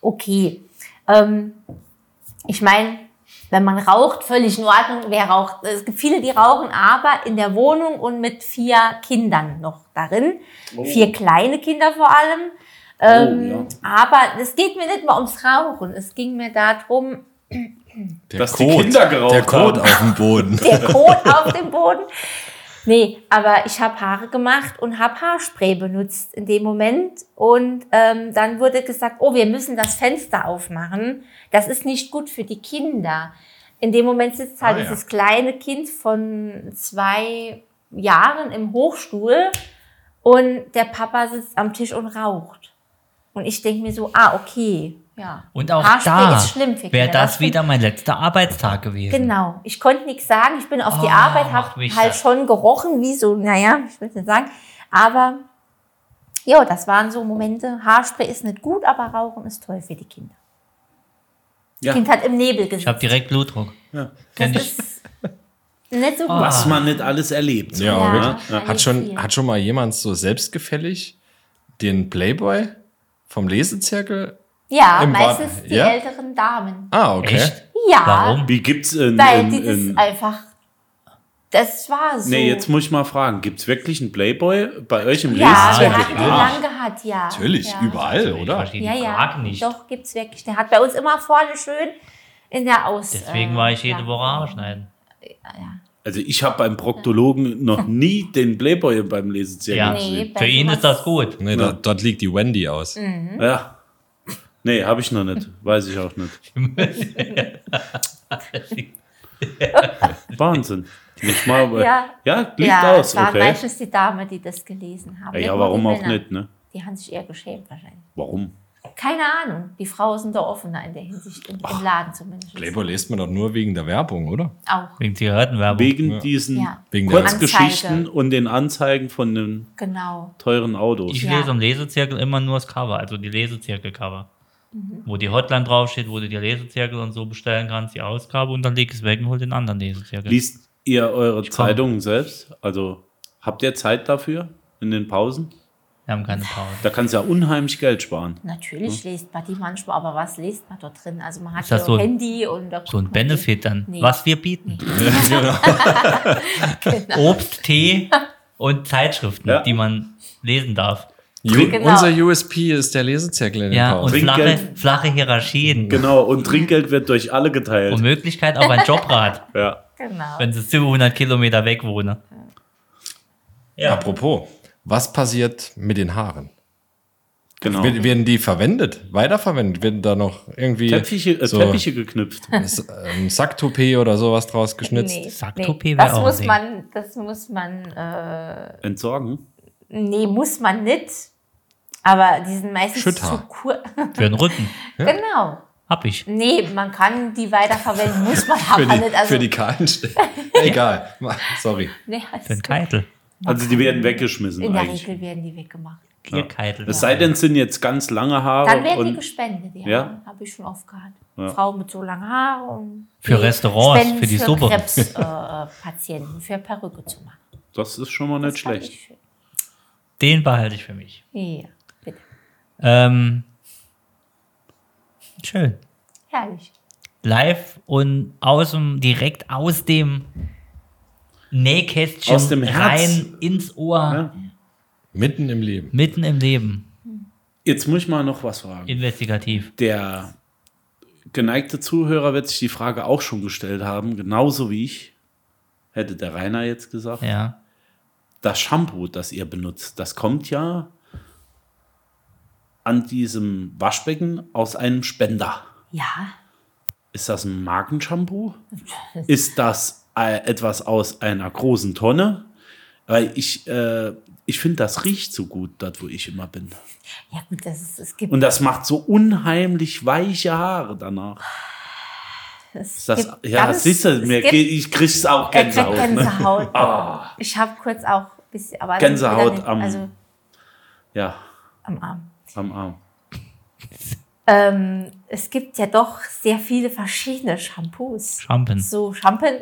Speaker 6: Okay. Ähm, ich meine, wenn man raucht, völlig in Ordnung, wer raucht. Es gibt viele, die rauchen, aber in der Wohnung und mit vier Kindern noch darin. Vier kleine Kinder vor allem. Ähm, Aber es geht mir nicht mal ums Rauchen. Es ging mir darum,
Speaker 5: der
Speaker 7: dass die Kinder geraucht
Speaker 5: Der Kot
Speaker 7: haben.
Speaker 5: auf dem Boden.
Speaker 6: der Kot auf dem Boden. Nee, aber ich habe Haare gemacht und habe Haarspray benutzt in dem Moment. Und ähm, dann wurde gesagt, oh, wir müssen das Fenster aufmachen. Das ist nicht gut für die Kinder. In dem Moment sitzt halt
Speaker 5: Ah, ja.
Speaker 6: dieses kleine Kind von zwei Jahren im Hochstuhl und der Papa sitzt am Tisch und raucht. Und ich denke mir so, ah, okay, ja.
Speaker 4: Und auch
Speaker 6: Haarspray
Speaker 4: da
Speaker 6: ist schlimm für
Speaker 4: wäre
Speaker 6: Kinder, das
Speaker 4: das
Speaker 6: stimmt.
Speaker 4: wieder mein letzter Arbeitstag gewesen.
Speaker 6: Genau, ich konnte nichts sagen. Ich bin auf die
Speaker 4: Oh,
Speaker 6: Arbeit,
Speaker 4: macht
Speaker 6: habe
Speaker 4: mich
Speaker 6: halt
Speaker 4: das-
Speaker 6: schon gerochen, wie so, naja, ich will nicht sagen. Aber ja, das waren so Momente. Haarspray ist nicht gut, aber Rauchen ist toll für die Kinder.
Speaker 7: Ja.
Speaker 6: Das Kind hat im Nebel
Speaker 4: Ich habe
Speaker 6: gesessen.
Speaker 4: direkt Blutdruck. Kenn
Speaker 6: Das
Speaker 4: ich.
Speaker 6: ist nicht so
Speaker 4: Ah.
Speaker 6: gut.
Speaker 7: Was man nicht alles erlebt.
Speaker 5: Ja,
Speaker 6: Ja,
Speaker 5: aber
Speaker 6: wahrscheinlich
Speaker 5: wirklich. Hat schon,
Speaker 6: viel.
Speaker 5: hat schon mal jemand so selbstgefällig den Playboy vom Lesezirkel?
Speaker 6: Ja,
Speaker 5: Im Bad-
Speaker 6: meistens die
Speaker 5: ja?
Speaker 6: älteren Damen.
Speaker 5: Ah, okay.
Speaker 4: Echt?
Speaker 6: Ja,
Speaker 4: Warum?
Speaker 7: Wie gibt's in,
Speaker 6: weil
Speaker 7: in,
Speaker 6: die das
Speaker 7: in
Speaker 6: einfach. Das war so.
Speaker 7: Nee, jetzt muss ich mal fragen, gibt's wirklich einen Playboy bei euch im
Speaker 6: ja, wir
Speaker 7: Lesezirkel?
Speaker 6: hatten die lange gehabt, ja.
Speaker 5: Natürlich,
Speaker 6: ja.
Speaker 5: überall,
Speaker 4: Ich
Speaker 5: oder?
Speaker 4: verstehe
Speaker 6: Ja,
Speaker 4: die
Speaker 6: ja.
Speaker 4: Fragen nicht.
Speaker 6: Doch, gibt's wirklich. Der hat bei uns immer vorne schön in der Aus.
Speaker 4: Deswegen
Speaker 6: äh,
Speaker 4: war ich jede
Speaker 6: ja.
Speaker 4: Woche Haare schneiden.
Speaker 7: Also ich habe beim Proktologen noch nie den Playboy beim Lesezirkel
Speaker 4: Ja,
Speaker 7: gesehen.
Speaker 4: für ihn ist das gut.
Speaker 5: Nee, da, dort liegt die Wendy aus.
Speaker 6: Mhm.
Speaker 7: Ja. Nee, habe ich noch nicht. Weiß ich auch nicht. Wahnsinn. Nicht mal, aber, ja.
Speaker 6: Ja.
Speaker 7: liegt
Speaker 6: ja,
Speaker 7: aus,
Speaker 6: es war
Speaker 7: okay.
Speaker 6: meistens die Dame, die das gelesen haben.
Speaker 7: Ja,
Speaker 6: nur
Speaker 7: warum
Speaker 6: die
Speaker 7: auch
Speaker 6: Männer.
Speaker 7: nicht, ne?
Speaker 6: Die haben sich eher geschämt wahrscheinlich.
Speaker 7: Warum?
Speaker 6: Keine Ahnung. Die Frauen sind da offener in der Hinsicht, im, im Laden zumindest.
Speaker 5: Playboy lest man doch nur wegen der Werbung, oder?
Speaker 6: Auch,
Speaker 4: Wegen Zigarettenwerbung.
Speaker 7: Wegen diesen
Speaker 6: Ja.
Speaker 5: Wegen der-
Speaker 7: Kurzgeschichten
Speaker 6: Anzeige.
Speaker 7: und den Anzeigen von den
Speaker 6: genau.
Speaker 7: teuren Autos.
Speaker 4: ich
Speaker 6: Ja.
Speaker 4: lese im Lesezirkel immer nur das Cover, also die Lesezirkel-Cover. Wo die Hotline draufsteht, wo du dir Lesezirkel und so bestellen kannst, die Ausgabe und dann leg es weg und hol den anderen Lesezirkel.
Speaker 7: Liest ihr eure
Speaker 4: komm.
Speaker 7: Zeitungen selbst? Also habt ihr Zeit dafür in den Pausen?
Speaker 4: Wir haben keine Pause.
Speaker 7: Da kannst du ja unheimlich Geld sparen.
Speaker 6: Natürlich
Speaker 7: Hm.
Speaker 6: liest man die manchmal, aber was liest man dort drin? Also man hat
Speaker 4: Ist das
Speaker 6: ja
Speaker 4: so ein-
Speaker 6: Handy und da
Speaker 4: So ein
Speaker 6: guckt man
Speaker 4: Benefit dann,
Speaker 6: Nee.
Speaker 4: was wir bieten. Obst, Tee und Zeitschriften,
Speaker 7: Ja.
Speaker 4: die man lesen darf.
Speaker 5: Ju-
Speaker 6: Genau.
Speaker 5: Unser USP ist der Lesezirkel in den
Speaker 4: Ja, und
Speaker 5: Pausen.
Speaker 4: flache,
Speaker 7: Trinkgeld.
Speaker 4: flache Hierarchien.
Speaker 7: Genau, und Trinkgeld wird durch alle geteilt.
Speaker 4: Und Möglichkeit auf ein Jobrad,
Speaker 7: ja.
Speaker 6: die- Genau.
Speaker 4: wenn sie 700 Kilometer weg wohne.
Speaker 5: Apropos, was passiert mit den Haaren?
Speaker 7: Genau.
Speaker 5: Wer- Werden die verwendet? Weiterverwendet? Werden da noch irgendwie
Speaker 7: Teppiche, äh,
Speaker 5: so
Speaker 7: Teppiche geknüpft.
Speaker 5: S- ähm, Sacktoupet oder sowas draus geschnitzt?
Speaker 4: Sacktoupee wär
Speaker 6: das
Speaker 4: auch
Speaker 6: muss
Speaker 4: ein
Speaker 6: man, das muss man, äh,
Speaker 7: Entsorgen.
Speaker 6: nee, muss man nicht. Aber die sind meistens
Speaker 5: Schütter.
Speaker 6: zu kurz.
Speaker 4: Für den Rücken.
Speaker 6: Genau.
Speaker 4: Hab ich.
Speaker 6: Nee, man kann die weiterverwenden, muss man
Speaker 5: Für
Speaker 6: aber
Speaker 5: die,
Speaker 6: nicht. Also,
Speaker 5: für die kahlen Stellen. Egal. Ma- Sorry.
Speaker 6: nee, also
Speaker 4: Für den Keitel.
Speaker 7: Also die werden weggeschmissen
Speaker 6: in der
Speaker 7: eigentlich.
Speaker 6: Regel werden die weggemacht.
Speaker 4: Ihr Keitel.
Speaker 7: Es sei denn, es sind jetzt ganz lange Haare.
Speaker 6: Dann werden die
Speaker 7: und
Speaker 6: gespendet, ja.
Speaker 7: Ja?
Speaker 6: Habe ich schon oft gehabt.
Speaker 7: Ja.
Speaker 6: Frauen mit so langen Haaren. Und
Speaker 4: Für
Speaker 6: die
Speaker 4: Restaurants,
Speaker 6: spenden
Speaker 4: für die
Speaker 6: für
Speaker 4: Suppe.
Speaker 6: Krebspatienten, äh, Patienten, für Perücke zu machen.
Speaker 7: das ist schon mal nicht
Speaker 6: Das fand ich
Speaker 7: schlecht.
Speaker 6: schön.
Speaker 4: Den behalte ich für mich.
Speaker 6: Ja, bitte.
Speaker 4: Ähm, schön.
Speaker 6: Herrlich.
Speaker 4: Live und aus dem, direkt aus dem Nähkästchen
Speaker 7: Aus dem Herz.
Speaker 4: rein ins Ohr,
Speaker 7: Ja.
Speaker 5: Mitten im Leben.
Speaker 4: mitten im Leben,
Speaker 7: Jetzt muss ich mal noch was fragen.
Speaker 4: investigativ.
Speaker 7: Der geneigte Zuhörer wird sich die Frage auch schon gestellt haben, genauso wie ich, hätte der Rainer jetzt gesagt.
Speaker 4: Ja.
Speaker 7: Das Shampoo, das ihr benutzt, das kommt ja an diesem Waschbecken aus einem Spender.
Speaker 6: Ja,
Speaker 7: Ist das ein Markenshampoo? Ist das äh, etwas aus einer großen Tonne? Weil ich, äh, ich finde, das riecht so gut, dort wo ich immer bin.
Speaker 6: ja gut, das ist, es gibt,
Speaker 7: Und das macht so unheimlich weiche Haare danach.
Speaker 6: es
Speaker 7: Das,
Speaker 6: gibt
Speaker 7: ja,
Speaker 6: ganz-
Speaker 7: das siehst du,
Speaker 6: es
Speaker 7: mir,
Speaker 6: gibt-
Speaker 7: ge- ich krieg's auch
Speaker 6: er kriegt
Speaker 7: Gänsehaut. Ne?
Speaker 6: Gänsehaut. Ich habe kurz auch ein bisschen, aber
Speaker 7: Gänsehaut
Speaker 6: dann-
Speaker 7: am-
Speaker 6: also
Speaker 7: Ja,
Speaker 6: am Arm.
Speaker 7: am Arm.
Speaker 6: Ähm, es gibt ja doch sehr viele verschiedene Shampoos.
Speaker 4: Schampen.
Speaker 6: So Schampen.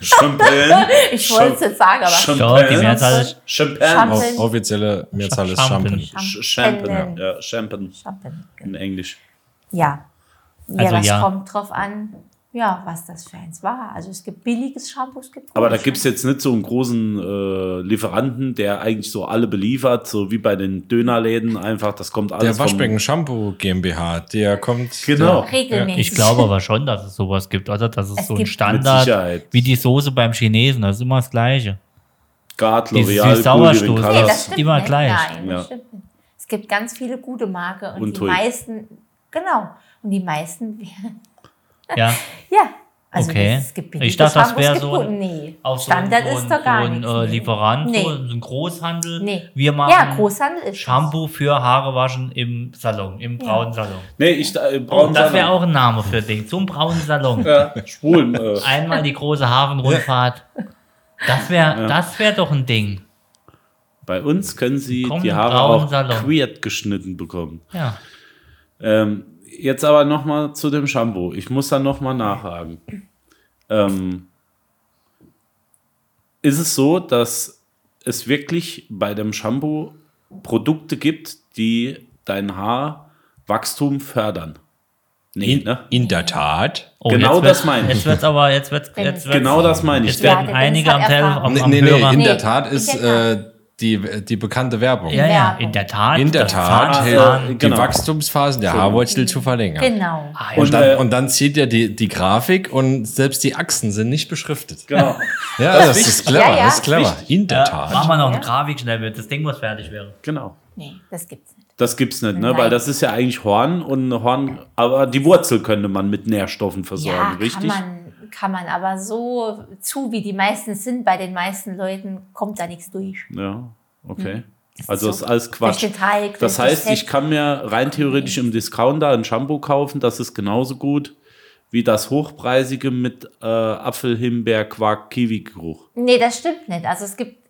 Speaker 7: Champagne.
Speaker 6: Ich wollte es jetzt sagen, aber
Speaker 7: Schampen.
Speaker 4: Doch, die Mehrzahl ist
Speaker 7: Champagne.
Speaker 5: Auf,
Speaker 6: Schampen.
Speaker 5: offizielle Mehrzahl ist
Speaker 4: Schampen.
Speaker 5: Schampen.
Speaker 7: Sch- Champen.
Speaker 6: Schampen.
Speaker 7: Ja, Champen
Speaker 6: Schampen.
Speaker 7: in Englisch.
Speaker 6: Ja. Ja,
Speaker 4: Also
Speaker 6: das
Speaker 4: ja.
Speaker 6: kommt drauf an, ja, was das für eins war. Also es gibt billiges Shampoo, es gibt
Speaker 7: Aber da
Speaker 6: gutes
Speaker 7: gibt es jetzt nicht so einen großen äh, Lieferanten, der eigentlich so alle beliefert, so wie bei den Dönerläden einfach, das kommt alles
Speaker 5: Der Waschbecken Shampoo GmbH, der kommt.
Speaker 7: Genau.
Speaker 5: Der,
Speaker 6: Regelmäßig.
Speaker 4: Ich glaube aber schon, dass es sowas gibt, oder? Das ist
Speaker 6: Es
Speaker 4: so ein
Speaker 6: gibt- Mit
Speaker 4: Standard
Speaker 7: Sicherheit.
Speaker 4: wie die Soße beim Chinesen. Das ist immer das Gleiche.
Speaker 7: vom Gard,
Speaker 4: Dieses
Speaker 7: L'Oreal,
Speaker 4: Süß-Sauerstoß.
Speaker 7: Colgate,
Speaker 6: Nee,
Speaker 7: Colors.
Speaker 6: das stimmt
Speaker 4: Immer
Speaker 6: nicht.
Speaker 4: gleich.
Speaker 6: Nein, das
Speaker 7: Ja.
Speaker 6: stimmt nicht. Es gibt ganz viele gute Marke und,
Speaker 7: Und
Speaker 6: die
Speaker 7: Tui.
Speaker 6: meisten, genau, und die meisten,
Speaker 4: Ja.
Speaker 6: ja. Also
Speaker 4: Okay.
Speaker 6: Es gibt
Speaker 4: Ich dachte, das
Speaker 6: billige
Speaker 4: wäre
Speaker 6: Shampoos,
Speaker 4: so
Speaker 6: es
Speaker 4: ein-
Speaker 6: gibt gute- nee.
Speaker 4: Auch so
Speaker 6: Standard
Speaker 4: ein, so ein,
Speaker 6: ist doch gar
Speaker 4: so ein
Speaker 6: nichts.
Speaker 4: äh,
Speaker 6: nee.
Speaker 4: Lieferant,
Speaker 6: Nee.
Speaker 4: so ein so ein Großhandel.
Speaker 6: Nee.
Speaker 4: Wir machen
Speaker 6: ja, Großhandel ist. es.
Speaker 4: Shampoo für Haare waschen im Salon, im braunen Salon.
Speaker 7: Nee, ich äh, braun
Speaker 4: Und das wäre auch ein Name für Ding. Zum braunen Salon.
Speaker 7: ja, schwul. Äh,
Speaker 4: Einmal die große Haarenrundfahrt. Das wäre das wär doch ein Ding.
Speaker 7: bei uns können Sie
Speaker 4: Komm,
Speaker 7: die Haare
Speaker 4: braunen
Speaker 7: auch
Speaker 4: Salon.
Speaker 7: queert geschnitten bekommen.
Speaker 4: Ja.
Speaker 7: Ähm, jetzt aber nochmal zu dem Shampoo. Ich muss da nochmal nachhaken. Ähm, ist es so, dass es wirklich bei dem Shampoo Produkte gibt, die dein Haarwachstum fördern? Nee,
Speaker 5: in,
Speaker 7: ne?
Speaker 5: in der Tat.
Speaker 4: Oh,
Speaker 7: Genau
Speaker 4: jetzt wird's-
Speaker 7: das meine ich.
Speaker 4: Jetzt wird's aber, jetzt wird's, jetzt wird's,
Speaker 7: Genau das meine ich.
Speaker 4: jetzt werden
Speaker 6: Ja, der
Speaker 4: einige
Speaker 6: Dennis hat
Speaker 4: am Telefon, am,
Speaker 5: Nee,
Speaker 4: am
Speaker 5: nee, nee,
Speaker 4: Hörer.
Speaker 5: in
Speaker 6: Nee,
Speaker 5: der Tat
Speaker 6: in
Speaker 5: ist
Speaker 6: der
Speaker 5: äh, die, die bekannte Werbung.
Speaker 4: ja, ja,
Speaker 6: Werbung.
Speaker 4: in der Tat.
Speaker 5: In der
Speaker 4: das
Speaker 5: Tat
Speaker 4: Fahren-
Speaker 7: Zahn-
Speaker 5: hält
Speaker 7: Zahn-
Speaker 5: die
Speaker 7: genau.
Speaker 5: Wachstumsphasen der Haarwurzel zu verlängern.
Speaker 6: Genau.
Speaker 4: Ah, ja,
Speaker 5: Und,
Speaker 7: Und,
Speaker 5: dann,
Speaker 7: äh,
Speaker 5: und dann zieht er die, die Grafik und selbst die Achsen sind nicht beschriftet.
Speaker 7: Genau.
Speaker 5: Ja, das ist clever,
Speaker 6: Ja, ja.
Speaker 5: das ist clever. In
Speaker 4: Äh,
Speaker 5: der
Speaker 4: machen
Speaker 5: Tat.
Speaker 4: wir noch eine
Speaker 6: Ja.
Speaker 4: Grafik schnell mit. Das Ding muss fertig werden.
Speaker 7: genau.
Speaker 6: Nee, das gibt's nicht.
Speaker 7: Das gibt's nicht, ne?
Speaker 6: Nein.
Speaker 7: Weil das ist ja eigentlich Horn und Horn, aber die Wurzel könnte man mit Nährstoffen versorgen,
Speaker 6: Ja,
Speaker 7: richtig?
Speaker 6: kann man, kann man, aber so zu, wie die meisten sind, bei den meisten Leuten kommt da nichts durch.
Speaker 7: Ja, okay. Also das ist alles Quatsch.
Speaker 6: Durch den Teig,
Speaker 7: das
Speaker 6: durch das
Speaker 7: heißt, ich
Speaker 6: Fett. Hm.
Speaker 7: kann mir rein theoretisch im Discounter ein Shampoo kaufen, das ist genauso gut wie das hochpreisige mit äh, Apfel, Himbeer, Quark, Kiwi-Geruch.
Speaker 6: Nee, das stimmt nicht. Also es gibt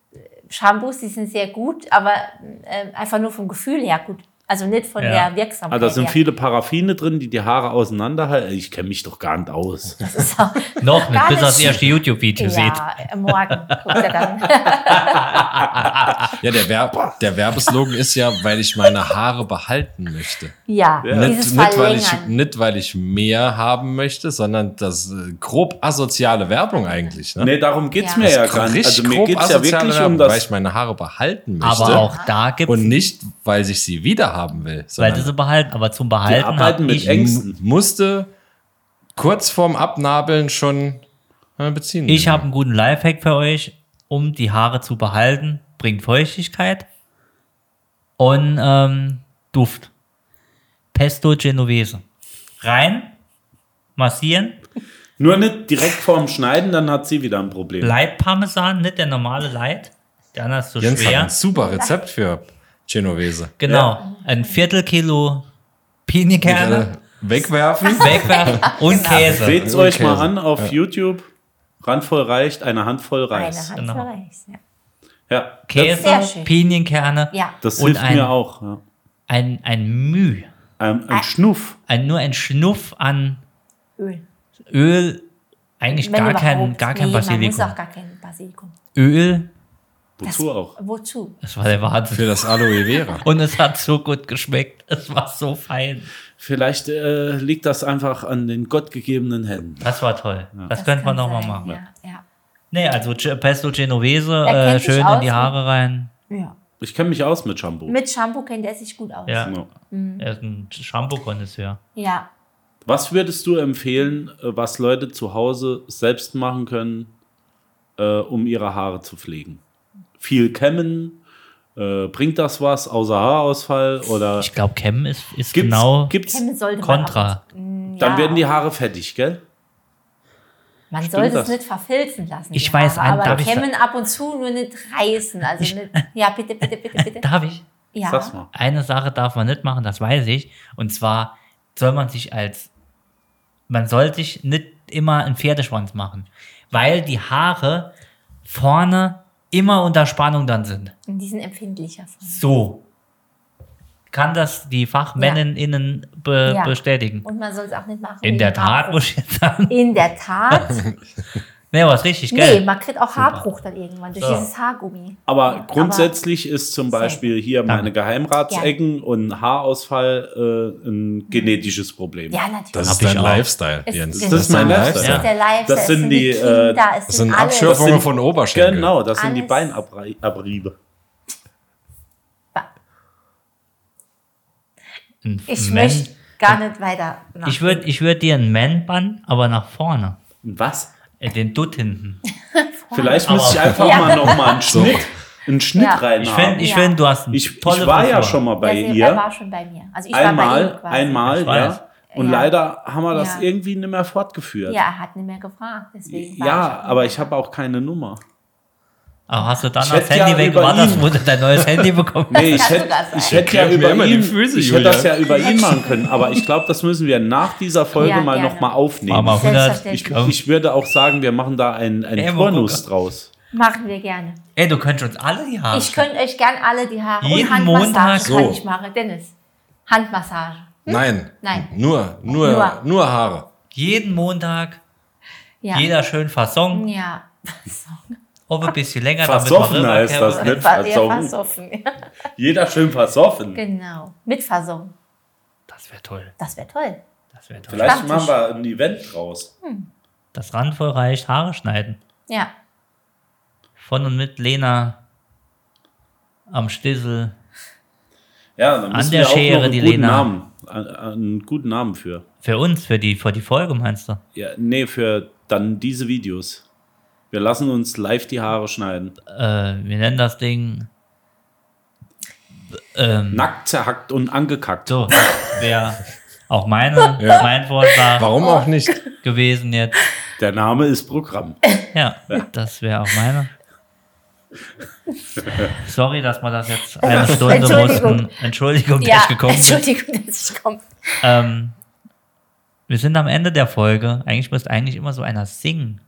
Speaker 6: Shampoos, die sind sehr gut, aber ähm, einfach nur vom Gefühl her gut. Also nicht von
Speaker 4: Ja.
Speaker 6: der Wirksamkeit.
Speaker 7: Ah, da sind
Speaker 6: her.
Speaker 7: viele Paraffine drin, die die Haare auseinanderhalten. Ich kenne mich doch gar nicht aus.
Speaker 6: Das ist auch
Speaker 4: Noch nicht,
Speaker 6: Gar
Speaker 4: bis
Speaker 6: nicht.
Speaker 4: das erste YouTube-Video seht.
Speaker 6: ja, äh, morgen guckt er dann.
Speaker 5: Ja, der, Werb der Werbeslogan ist ja, weil ich meine Haare behalten möchte.
Speaker 6: ja, dieses
Speaker 5: Nicht, nicht, weil ich,
Speaker 6: Verlängern.
Speaker 5: nicht, weil ich mehr haben möchte, sondern das äh, grob asoziale Werbung eigentlich. Ne?
Speaker 7: Nee, darum geht's
Speaker 6: Ja.
Speaker 7: mir ja
Speaker 5: Das
Speaker 7: gar nicht. Also
Speaker 5: richtig
Speaker 7: mir
Speaker 5: grob
Speaker 7: geht's ja
Speaker 5: asoziale
Speaker 7: wirklich
Speaker 5: Werbung,
Speaker 7: um
Speaker 5: weil ich
Speaker 7: das.
Speaker 5: meine Haare behalten möchte.
Speaker 4: Aber auch da gibt
Speaker 5: und
Speaker 4: es,
Speaker 5: nicht, weil ich sie wieder haben will,
Speaker 4: weil sie
Speaker 5: sondern
Speaker 4: sie behalten, aber zum
Speaker 7: Wir
Speaker 4: Behalten
Speaker 7: arbeiten
Speaker 4: habe
Speaker 7: mit
Speaker 4: ich
Speaker 7: Ängsten.
Speaker 5: musste kurz vorm Abnabeln schon äh, beziehen.
Speaker 4: Ich habe einen guten Lifehack für euch, um die Haare zu behalten. Bringt Feuchtigkeit und ähm, Duft. Pesto Genovese. Rein, massieren,
Speaker 7: Nur nicht direkt vorm Schneiden, dann hat sie wieder ein Problem.
Speaker 4: Light Parmesan, nicht der normale Light. Der andere ist so
Speaker 5: Jens hat
Speaker 4: schwer.
Speaker 5: ein super Rezept für Genovese.
Speaker 4: Genau. Ein Viertel Kilo Pinienkerne,
Speaker 5: Wegwerfen.
Speaker 4: wegwerfen
Speaker 6: Genau.
Speaker 4: und Käse.
Speaker 7: Seht's
Speaker 5: Okay.
Speaker 7: euch mal an auf YouTube. Randvoll reicht, eine Handvoll
Speaker 6: Eine
Speaker 7: Reis.
Speaker 6: Hand
Speaker 4: Genau.
Speaker 6: verreicht, ja.
Speaker 7: Ja,
Speaker 6: Sehr
Speaker 4: Käse,
Speaker 6: schön.
Speaker 4: Pinienkerne,
Speaker 6: ja.
Speaker 7: das
Speaker 4: Und
Speaker 7: hilft
Speaker 4: ein-
Speaker 7: mir auch. Ja.
Speaker 4: ein, ein Müh,
Speaker 7: Ein,
Speaker 6: Ah,
Speaker 7: ein Schnuff.
Speaker 4: ein, nur ein Schnuff an
Speaker 6: Öl.
Speaker 4: Öl, eigentlich
Speaker 6: Wenn
Speaker 4: gar
Speaker 6: überhaupt.
Speaker 4: kein, gar kein
Speaker 6: nee, Man muss
Speaker 4: Basilikum.
Speaker 6: auch gar kein Basilikum.
Speaker 4: Öl,
Speaker 7: Wozu auch?
Speaker 6: Wozu?
Speaker 4: das war der Wahnsinn.
Speaker 5: Für das Aloe Vera.
Speaker 4: Und es hat so gut geschmeckt. Es war so fein.
Speaker 7: Vielleicht äh, liegt das einfach an den gottgegebenen Händen.
Speaker 4: Das war toll. Das, könnte man
Speaker 6: kann
Speaker 4: nochmal
Speaker 6: sein,
Speaker 4: machen.
Speaker 6: Ja,
Speaker 4: Nee, also Ge- Pesto Genovese,
Speaker 6: Er kennt
Speaker 4: äh,
Speaker 6: sich
Speaker 4: schön in
Speaker 6: aus
Speaker 4: die
Speaker 6: mit-
Speaker 4: Haare rein.
Speaker 6: ja. ja.
Speaker 7: Ich kenne mich aus mit Shampoo.
Speaker 6: Mit Shampoo kennt er sich gut aus.
Speaker 4: Ja,
Speaker 7: Ja.
Speaker 6: Mhm.
Speaker 4: er ist ein Shampoo-Konnoisseur.
Speaker 6: ja.
Speaker 7: Was würdest du empfehlen, äh, was Leute zu Hause selbst machen können, äh, um ihre Haare zu pflegen? Viel kämmen? Äh, bringt das was außer Haarausfall? Oder
Speaker 4: Ich glaube, Chem ist, ist
Speaker 7: Äh, gibt's,
Speaker 4: genau
Speaker 7: gibt's
Speaker 6: Kämmen sollte Man,
Speaker 4: Kontra.
Speaker 6: ab und zu- Mm,
Speaker 7: dann
Speaker 6: ja.
Speaker 7: werden die Haare fettig, gell?
Speaker 6: Man
Speaker 7: Stimmt
Speaker 6: sollte
Speaker 7: das?
Speaker 6: es nicht verfilzen lassen.
Speaker 4: Ich
Speaker 6: die
Speaker 4: weiß
Speaker 6: Haare,
Speaker 4: einen, darf
Speaker 6: aber
Speaker 4: ich
Speaker 6: kämmen ab und zu nur nicht reißen. Also nicht, ja, bitte, bitte, bitte, bitte.
Speaker 4: Darf ich?
Speaker 6: Ja.
Speaker 7: Sag's mal.
Speaker 4: Eine Sache darf man nicht machen, das weiß ich. Und zwar soll man sich als, man soll sich nicht immer einen Pferdeschwanz machen, weil die Haare vorne immer unter Spannung dann sind.
Speaker 6: Und die sind empfindlicher.
Speaker 4: So. Kann das die FachmännerInnen be
Speaker 6: Ja.
Speaker 4: bestätigen?
Speaker 6: Und man soll es auch nicht machen.
Speaker 4: In
Speaker 6: wie
Speaker 4: der
Speaker 6: im
Speaker 4: Tat,
Speaker 6: Haarbruch.
Speaker 4: muss ich jetzt sagen.
Speaker 6: In der Tat.
Speaker 4: Nee, was richtig,
Speaker 6: nee,
Speaker 4: gell?
Speaker 6: man kriegt auch Haarbruch dann irgendwann durch
Speaker 4: So.
Speaker 6: dieses Haargummi.
Speaker 7: Aber
Speaker 6: Ja,
Speaker 7: grundsätzlich ist zum Beispiel hier meine Geheimratsecken und Haarausfall äh, ein genetisches Problem.
Speaker 6: Mhm. Ja, natürlich.
Speaker 5: Das
Speaker 4: Hab
Speaker 5: ist dein
Speaker 4: ich auch.
Speaker 5: Lifestyle,
Speaker 6: Es-
Speaker 5: Jens.
Speaker 6: es- Das ist mein
Speaker 7: Lifestyle.
Speaker 6: Das ist der Lifestyle.
Speaker 7: Das sind
Speaker 6: es
Speaker 7: die, äh,
Speaker 6: Kinder, es
Speaker 5: Das sind
Speaker 6: sind alles.
Speaker 5: Abschürfungen
Speaker 7: Das sind-
Speaker 5: von Oberschenkeln.
Speaker 7: Genau, das sind die
Speaker 6: Alles.
Speaker 7: Beinabriebe.
Speaker 4: Ein
Speaker 6: Ich
Speaker 4: Man-
Speaker 6: möchte gar nicht weiter. nach-
Speaker 4: ich würde ich würd dir einen Man-Bann, aber nach vorne.
Speaker 7: Was?
Speaker 4: Äh, Den Dutt hinten.
Speaker 7: Vielleicht
Speaker 4: Aber-
Speaker 7: müsste ich einfach
Speaker 6: Ja.
Speaker 7: mal noch mal einen Schnitt, einen Schnitt
Speaker 6: Ja.
Speaker 7: reinhaben.
Speaker 4: Ich finde, ich
Speaker 6: Ja.
Speaker 4: find, du hast eine
Speaker 7: Genau. Ich, ich
Speaker 4: tolle
Speaker 7: war ja
Speaker 4: Frisur.
Speaker 7: schon mal bei
Speaker 6: Ja, sie- Er
Speaker 7: ihr.
Speaker 6: war schon bei mir. Also ich war bei
Speaker 7: Einmal,
Speaker 6: ihm quasi.
Speaker 7: einmal,
Speaker 4: Ich weiß.
Speaker 7: ja. Und
Speaker 6: Ja.
Speaker 7: leider haben wir das
Speaker 6: Ja.
Speaker 7: irgendwie nicht mehr
Speaker 4: Also
Speaker 7: fortgeführt.
Speaker 6: Ja, er hat nicht mehr gefragt. Deswegen war
Speaker 7: Ja,
Speaker 6: ich- halt
Speaker 7: aber ich habe auch keine Nummer.
Speaker 4: Aber hast du dann
Speaker 7: Ich
Speaker 4: das
Speaker 7: hätte ja
Speaker 4: Handy weg?
Speaker 7: über
Speaker 4: War das,
Speaker 7: ihn-
Speaker 4: wo du dein neues Handy bekommen hast?
Speaker 7: Nee, ich
Speaker 6: kann
Speaker 7: hätte,
Speaker 6: sogar sein.
Speaker 7: ich hätte
Speaker 5: Erklärt
Speaker 7: ja
Speaker 5: mir
Speaker 7: über
Speaker 5: immer die
Speaker 7: ihn,
Speaker 5: Füße,
Speaker 7: ich hätte
Speaker 5: Julia.
Speaker 7: das ja über ihn machen können, aber ich glaube, das müssen wir nach dieser Folge
Speaker 6: Ja,
Speaker 7: mal
Speaker 6: gerne.
Speaker 7: nochmal aufnehmen.
Speaker 4: War mal 100.
Speaker 6: Selbstverständlich.
Speaker 7: ich, ich würde auch sagen, wir machen da einen, einen
Speaker 4: Ey, wo
Speaker 7: Turnus
Speaker 4: guck-
Speaker 7: draus.
Speaker 6: Machen wir gerne.
Speaker 4: Ey, du könntest uns alle die Haare.
Speaker 6: Ich könnte euch gern alle die Haare
Speaker 4: Ah, Jeden
Speaker 6: und Handmassage
Speaker 4: Montag
Speaker 5: so.
Speaker 6: kann ich machen. Dennis, Handmassage.
Speaker 5: Nein.
Speaker 6: Nein.
Speaker 5: Nur, nur, nur,
Speaker 6: Nur.
Speaker 5: Haare.
Speaker 4: Jeden Montag,
Speaker 6: Ja.
Speaker 4: jeder schön Fasson,
Speaker 6: Ja.
Speaker 4: ob ein bisschen länger,
Speaker 7: Versoffener
Speaker 4: rüberkämen.
Speaker 7: ist das, ne? Mit
Speaker 6: Ver- ja,
Speaker 7: Versorgung.
Speaker 6: versoffen.
Speaker 7: Jeder schön versoffen.
Speaker 6: genau. Mit Fassung.
Speaker 4: Das wäre toll.
Speaker 6: Das wäre toll.
Speaker 4: Das wäre toll.
Speaker 7: Vielleicht machen
Speaker 6: Stammtisch.
Speaker 7: wir ein Event draus.
Speaker 4: Das randvoll reicht, Haare schneiden.
Speaker 6: Ja.
Speaker 4: Von und mit Lena am Stissel.
Speaker 7: Ja, dann müssen
Speaker 4: der
Speaker 7: wir auch
Speaker 4: Schere,
Speaker 7: noch einen
Speaker 4: die
Speaker 7: guten
Speaker 4: Lena.
Speaker 7: Namen, einen, einen guten Namen für.
Speaker 4: Für uns, für die, für die Folge meinst du?
Speaker 7: Ja, nee, für dann diese Videos. Wir lassen uns live die Haare schneiden.
Speaker 4: Äh, wir nennen das Ding. Ähm,
Speaker 7: Nackt, zerhackt und angekackt.
Speaker 4: so, das wäre auch meine, mein Vorschlag
Speaker 5: Warum
Speaker 6: Oh.
Speaker 5: auch nicht?
Speaker 4: gewesen jetzt.
Speaker 7: Der Name ist Programm.
Speaker 4: Ja, das wäre auch meine. Sorry, dass wir das jetzt eine Stunde
Speaker 6: Äh, Entschuldigung.
Speaker 4: mussten. Entschuldigung, dass
Speaker 6: Ja,
Speaker 4: ich gekommen bin.
Speaker 6: Entschuldigung, dass ich komme.
Speaker 4: Ähm, wir sind am Ende der Folge. Eigentlich müsste eigentlich immer so einer singen.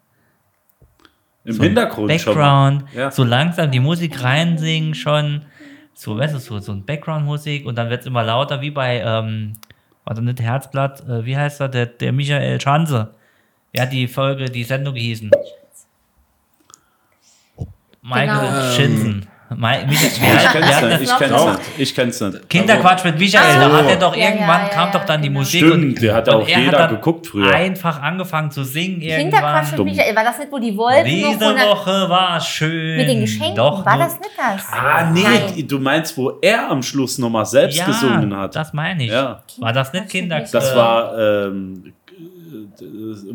Speaker 7: Im
Speaker 4: So ein
Speaker 7: Hintergrund schon.
Speaker 4: Background,
Speaker 7: Ja.
Speaker 4: so langsam die Musik reinsingen schon. So, weißt du, so, so ein Background-Musik und dann wird es immer lauter, wie bei, ähm, warte, nicht Herzblatt, äh, wie heißt er, der, der Michael Schanze. Ja, die Folge, die Sendung hießen. Michael
Speaker 6: Genau.
Speaker 4: Schinzen. Mi- Michael-
Speaker 7: Ähm. Ich
Speaker 4: wir- wir
Speaker 7: kenn's
Speaker 4: hatten das-
Speaker 7: nicht, ich kenn's nicht. Ich kenn's nicht.
Speaker 4: Kinderquatsch mit Michael, da hat er doch
Speaker 6: Ja,
Speaker 4: irgendwann,
Speaker 6: ja, ja,
Speaker 4: kam doch dann die
Speaker 6: genau.
Speaker 4: Musik.
Speaker 7: Stimmt, der hat ja
Speaker 4: und
Speaker 7: auch
Speaker 4: er
Speaker 7: jeder
Speaker 4: dann
Speaker 7: geguckt früher.
Speaker 4: einfach angefangen zu singen
Speaker 6: Kinderquatsch
Speaker 4: irgendwann.
Speaker 6: mit Michael, war das nicht, wo die Wolken noch
Speaker 4: Diese
Speaker 6: runter-
Speaker 4: Woche war schön.
Speaker 6: mit den Geschenken,
Speaker 4: Doch,
Speaker 6: war
Speaker 4: nur-
Speaker 6: das nicht das?
Speaker 7: Ah, nee,
Speaker 6: Nein.
Speaker 7: du meinst, wo er am Schluss nochmal selbst
Speaker 4: ja,
Speaker 7: gesungen hat.
Speaker 4: das äh, meine ich.
Speaker 7: Ja.
Speaker 4: War das nicht Kinderquatsch?
Speaker 7: Das war ähm, äh,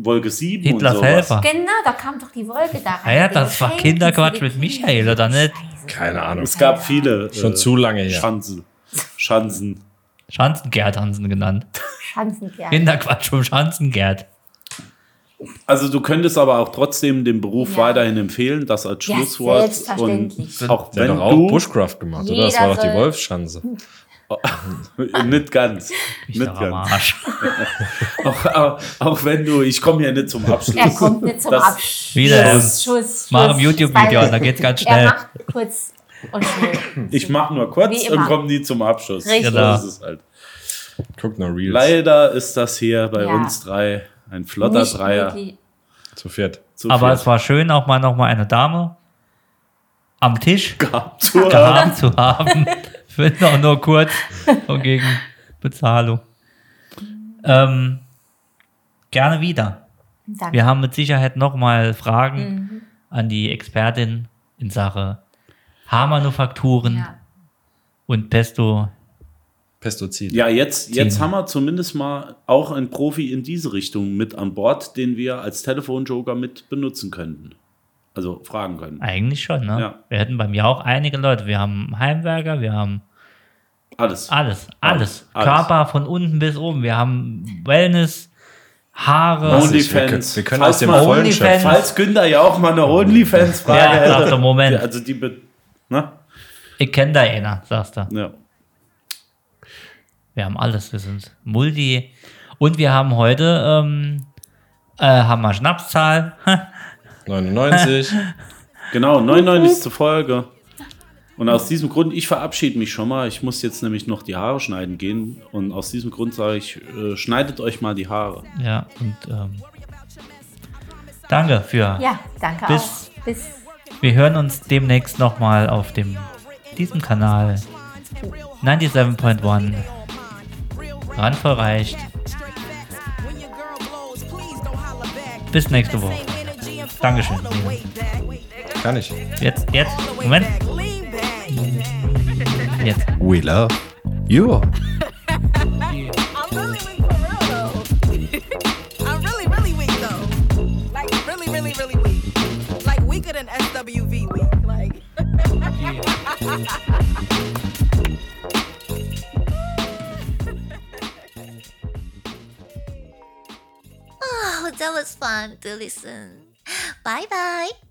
Speaker 7: Wolke 7
Speaker 4: äh, Hitlers
Speaker 7: und sowas.
Speaker 4: Helfer.
Speaker 6: Genau, da kam doch die Wolke da rein.
Speaker 4: Ja,
Speaker 6: mit den
Speaker 4: das war
Speaker 6: Geschenken
Speaker 4: Kinderquatsch
Speaker 6: für
Speaker 4: mit
Speaker 6: die
Speaker 4: Michael, oder nicht?
Speaker 5: Keine Ahnung.
Speaker 7: Es gab viele.
Speaker 5: Schon
Speaker 7: äh,
Speaker 5: zu lange her.
Speaker 7: Schanzen. Schanzen.
Speaker 4: Schanzengerd haben sie ihn genannt. Genau,
Speaker 6: Schanzenpferd.
Speaker 4: Kinderquatsch vom Schanzengerd.
Speaker 7: Also du könntest aber auch trotzdem den Beruf
Speaker 6: Ja.
Speaker 7: weiterhin empfehlen, das als
Speaker 6: Ja,
Speaker 7: Schlusswort.
Speaker 6: selbstverständlich.
Speaker 7: Und auch
Speaker 5: Der
Speaker 7: wenn
Speaker 5: hat doch auch
Speaker 7: du
Speaker 5: Bushcraft gemacht, oder? Das
Speaker 6: Jeder
Speaker 5: war doch die
Speaker 6: soll-
Speaker 5: Wolfschanze.
Speaker 7: nicht ganz,
Speaker 4: Ich
Speaker 7: nicht
Speaker 4: sag am
Speaker 7: ganz.
Speaker 4: Arsch.
Speaker 7: Auch, auch, auch wenn du, ich komme hier nicht zum Abschluss.
Speaker 6: Er kommt nicht zum
Speaker 7: Das-
Speaker 6: Abschluss.
Speaker 4: Wieder.
Speaker 6: Schuss, Schuss.
Speaker 4: Mach ein YouTube-Video, da geht's ganz
Speaker 6: Er
Speaker 4: schnell.
Speaker 6: macht kurz und schnell.
Speaker 7: Ich mache nur
Speaker 6: Wie
Speaker 7: kurz
Speaker 6: immer.
Speaker 7: und komme nie zum Abschluss.
Speaker 6: Richtig.
Speaker 4: Genau.
Speaker 7: Das ist es halt.
Speaker 5: Guck nur Reels.
Speaker 7: Leider ist das hier bei
Speaker 6: Ja.
Speaker 7: uns drei ein flotter
Speaker 6: Nicht
Speaker 7: Dreier.
Speaker 6: wirklich.
Speaker 5: Zu viert.
Speaker 7: Zu
Speaker 4: Aber es
Speaker 7: viel
Speaker 4: war schön, auch mal nochmal eine Dame am Tisch
Speaker 7: gehabt zu haben.
Speaker 4: gehabt zu haben. Wenn auch nur kurz und gegen Bezahlung. Ähm, gerne wieder.
Speaker 6: Danke.
Speaker 4: Wir haben mit Sicherheit nochmal Fragen an die Expertin in Sache Haarmanufakturen
Speaker 6: Ja.
Speaker 4: und Pesto.
Speaker 5: Pestizid.
Speaker 7: Ja, jetzt, jetzt
Speaker 4: Team.
Speaker 7: haben wir zumindest mal auch einen Profi in diese Richtung mit an Bord, den wir als Telefonjoker mit benutzen könnten. Also fragen können.
Speaker 4: Eigentlich schon, ne?
Speaker 7: Ja.
Speaker 4: Wir hätten bei mir auch einige Leute. Wir haben Heimwerker, wir haben
Speaker 7: Alles.
Speaker 4: alles, alles.
Speaker 7: Alles.
Speaker 4: Körper von unten bis oben. Wir haben Wellness, Haare.
Speaker 5: Was
Speaker 7: Only-
Speaker 5: ich- wir können-
Speaker 7: OnlyFans.
Speaker 5: Wir können
Speaker 7: Falls
Speaker 5: aus dem
Speaker 7: man
Speaker 5: Vollen
Speaker 4: OnlyFans-
Speaker 5: schöpfen.
Speaker 7: Falls Günther ja auch mal eine OnlyFans-Frage
Speaker 4: Ja,
Speaker 7: hätte.
Speaker 4: dachte, Moment.
Speaker 7: Ja, Also die. Be ne?
Speaker 4: Ich kenne da einer, sagst du.
Speaker 7: ja.
Speaker 4: Wir haben alles, wir sind Multi. Und wir haben heute, ähm, äh, haben wir Schnapszahl.
Speaker 5: 99.
Speaker 7: Genau, 99. Folge. Und aus diesem Grund, ich verabschiede mich schon mal. Ich muss jetzt nämlich noch die Haare schneiden gehen. Und aus diesem Grund sage ich, äh, schneidet euch mal die Haare.
Speaker 4: ja, und ähm, danke für.
Speaker 6: Ja, danke
Speaker 4: Bis-
Speaker 6: auch. Bis
Speaker 4: Wir hören uns demnächst nochmal auf dem, diesem Kanal 97.1. Randvoll reicht. Bis nächste Woche. Dankeschön.
Speaker 5: Kann ich.
Speaker 4: Jetzt, jetzt, Moment, jetzt.
Speaker 5: We love you.
Speaker 2: I'm really weak for real though. I'm really, really weak though. Like really, really, really weak. Like weaker than SWV weak. Like.
Speaker 1: Oh, that was fun to listen. Bye bye.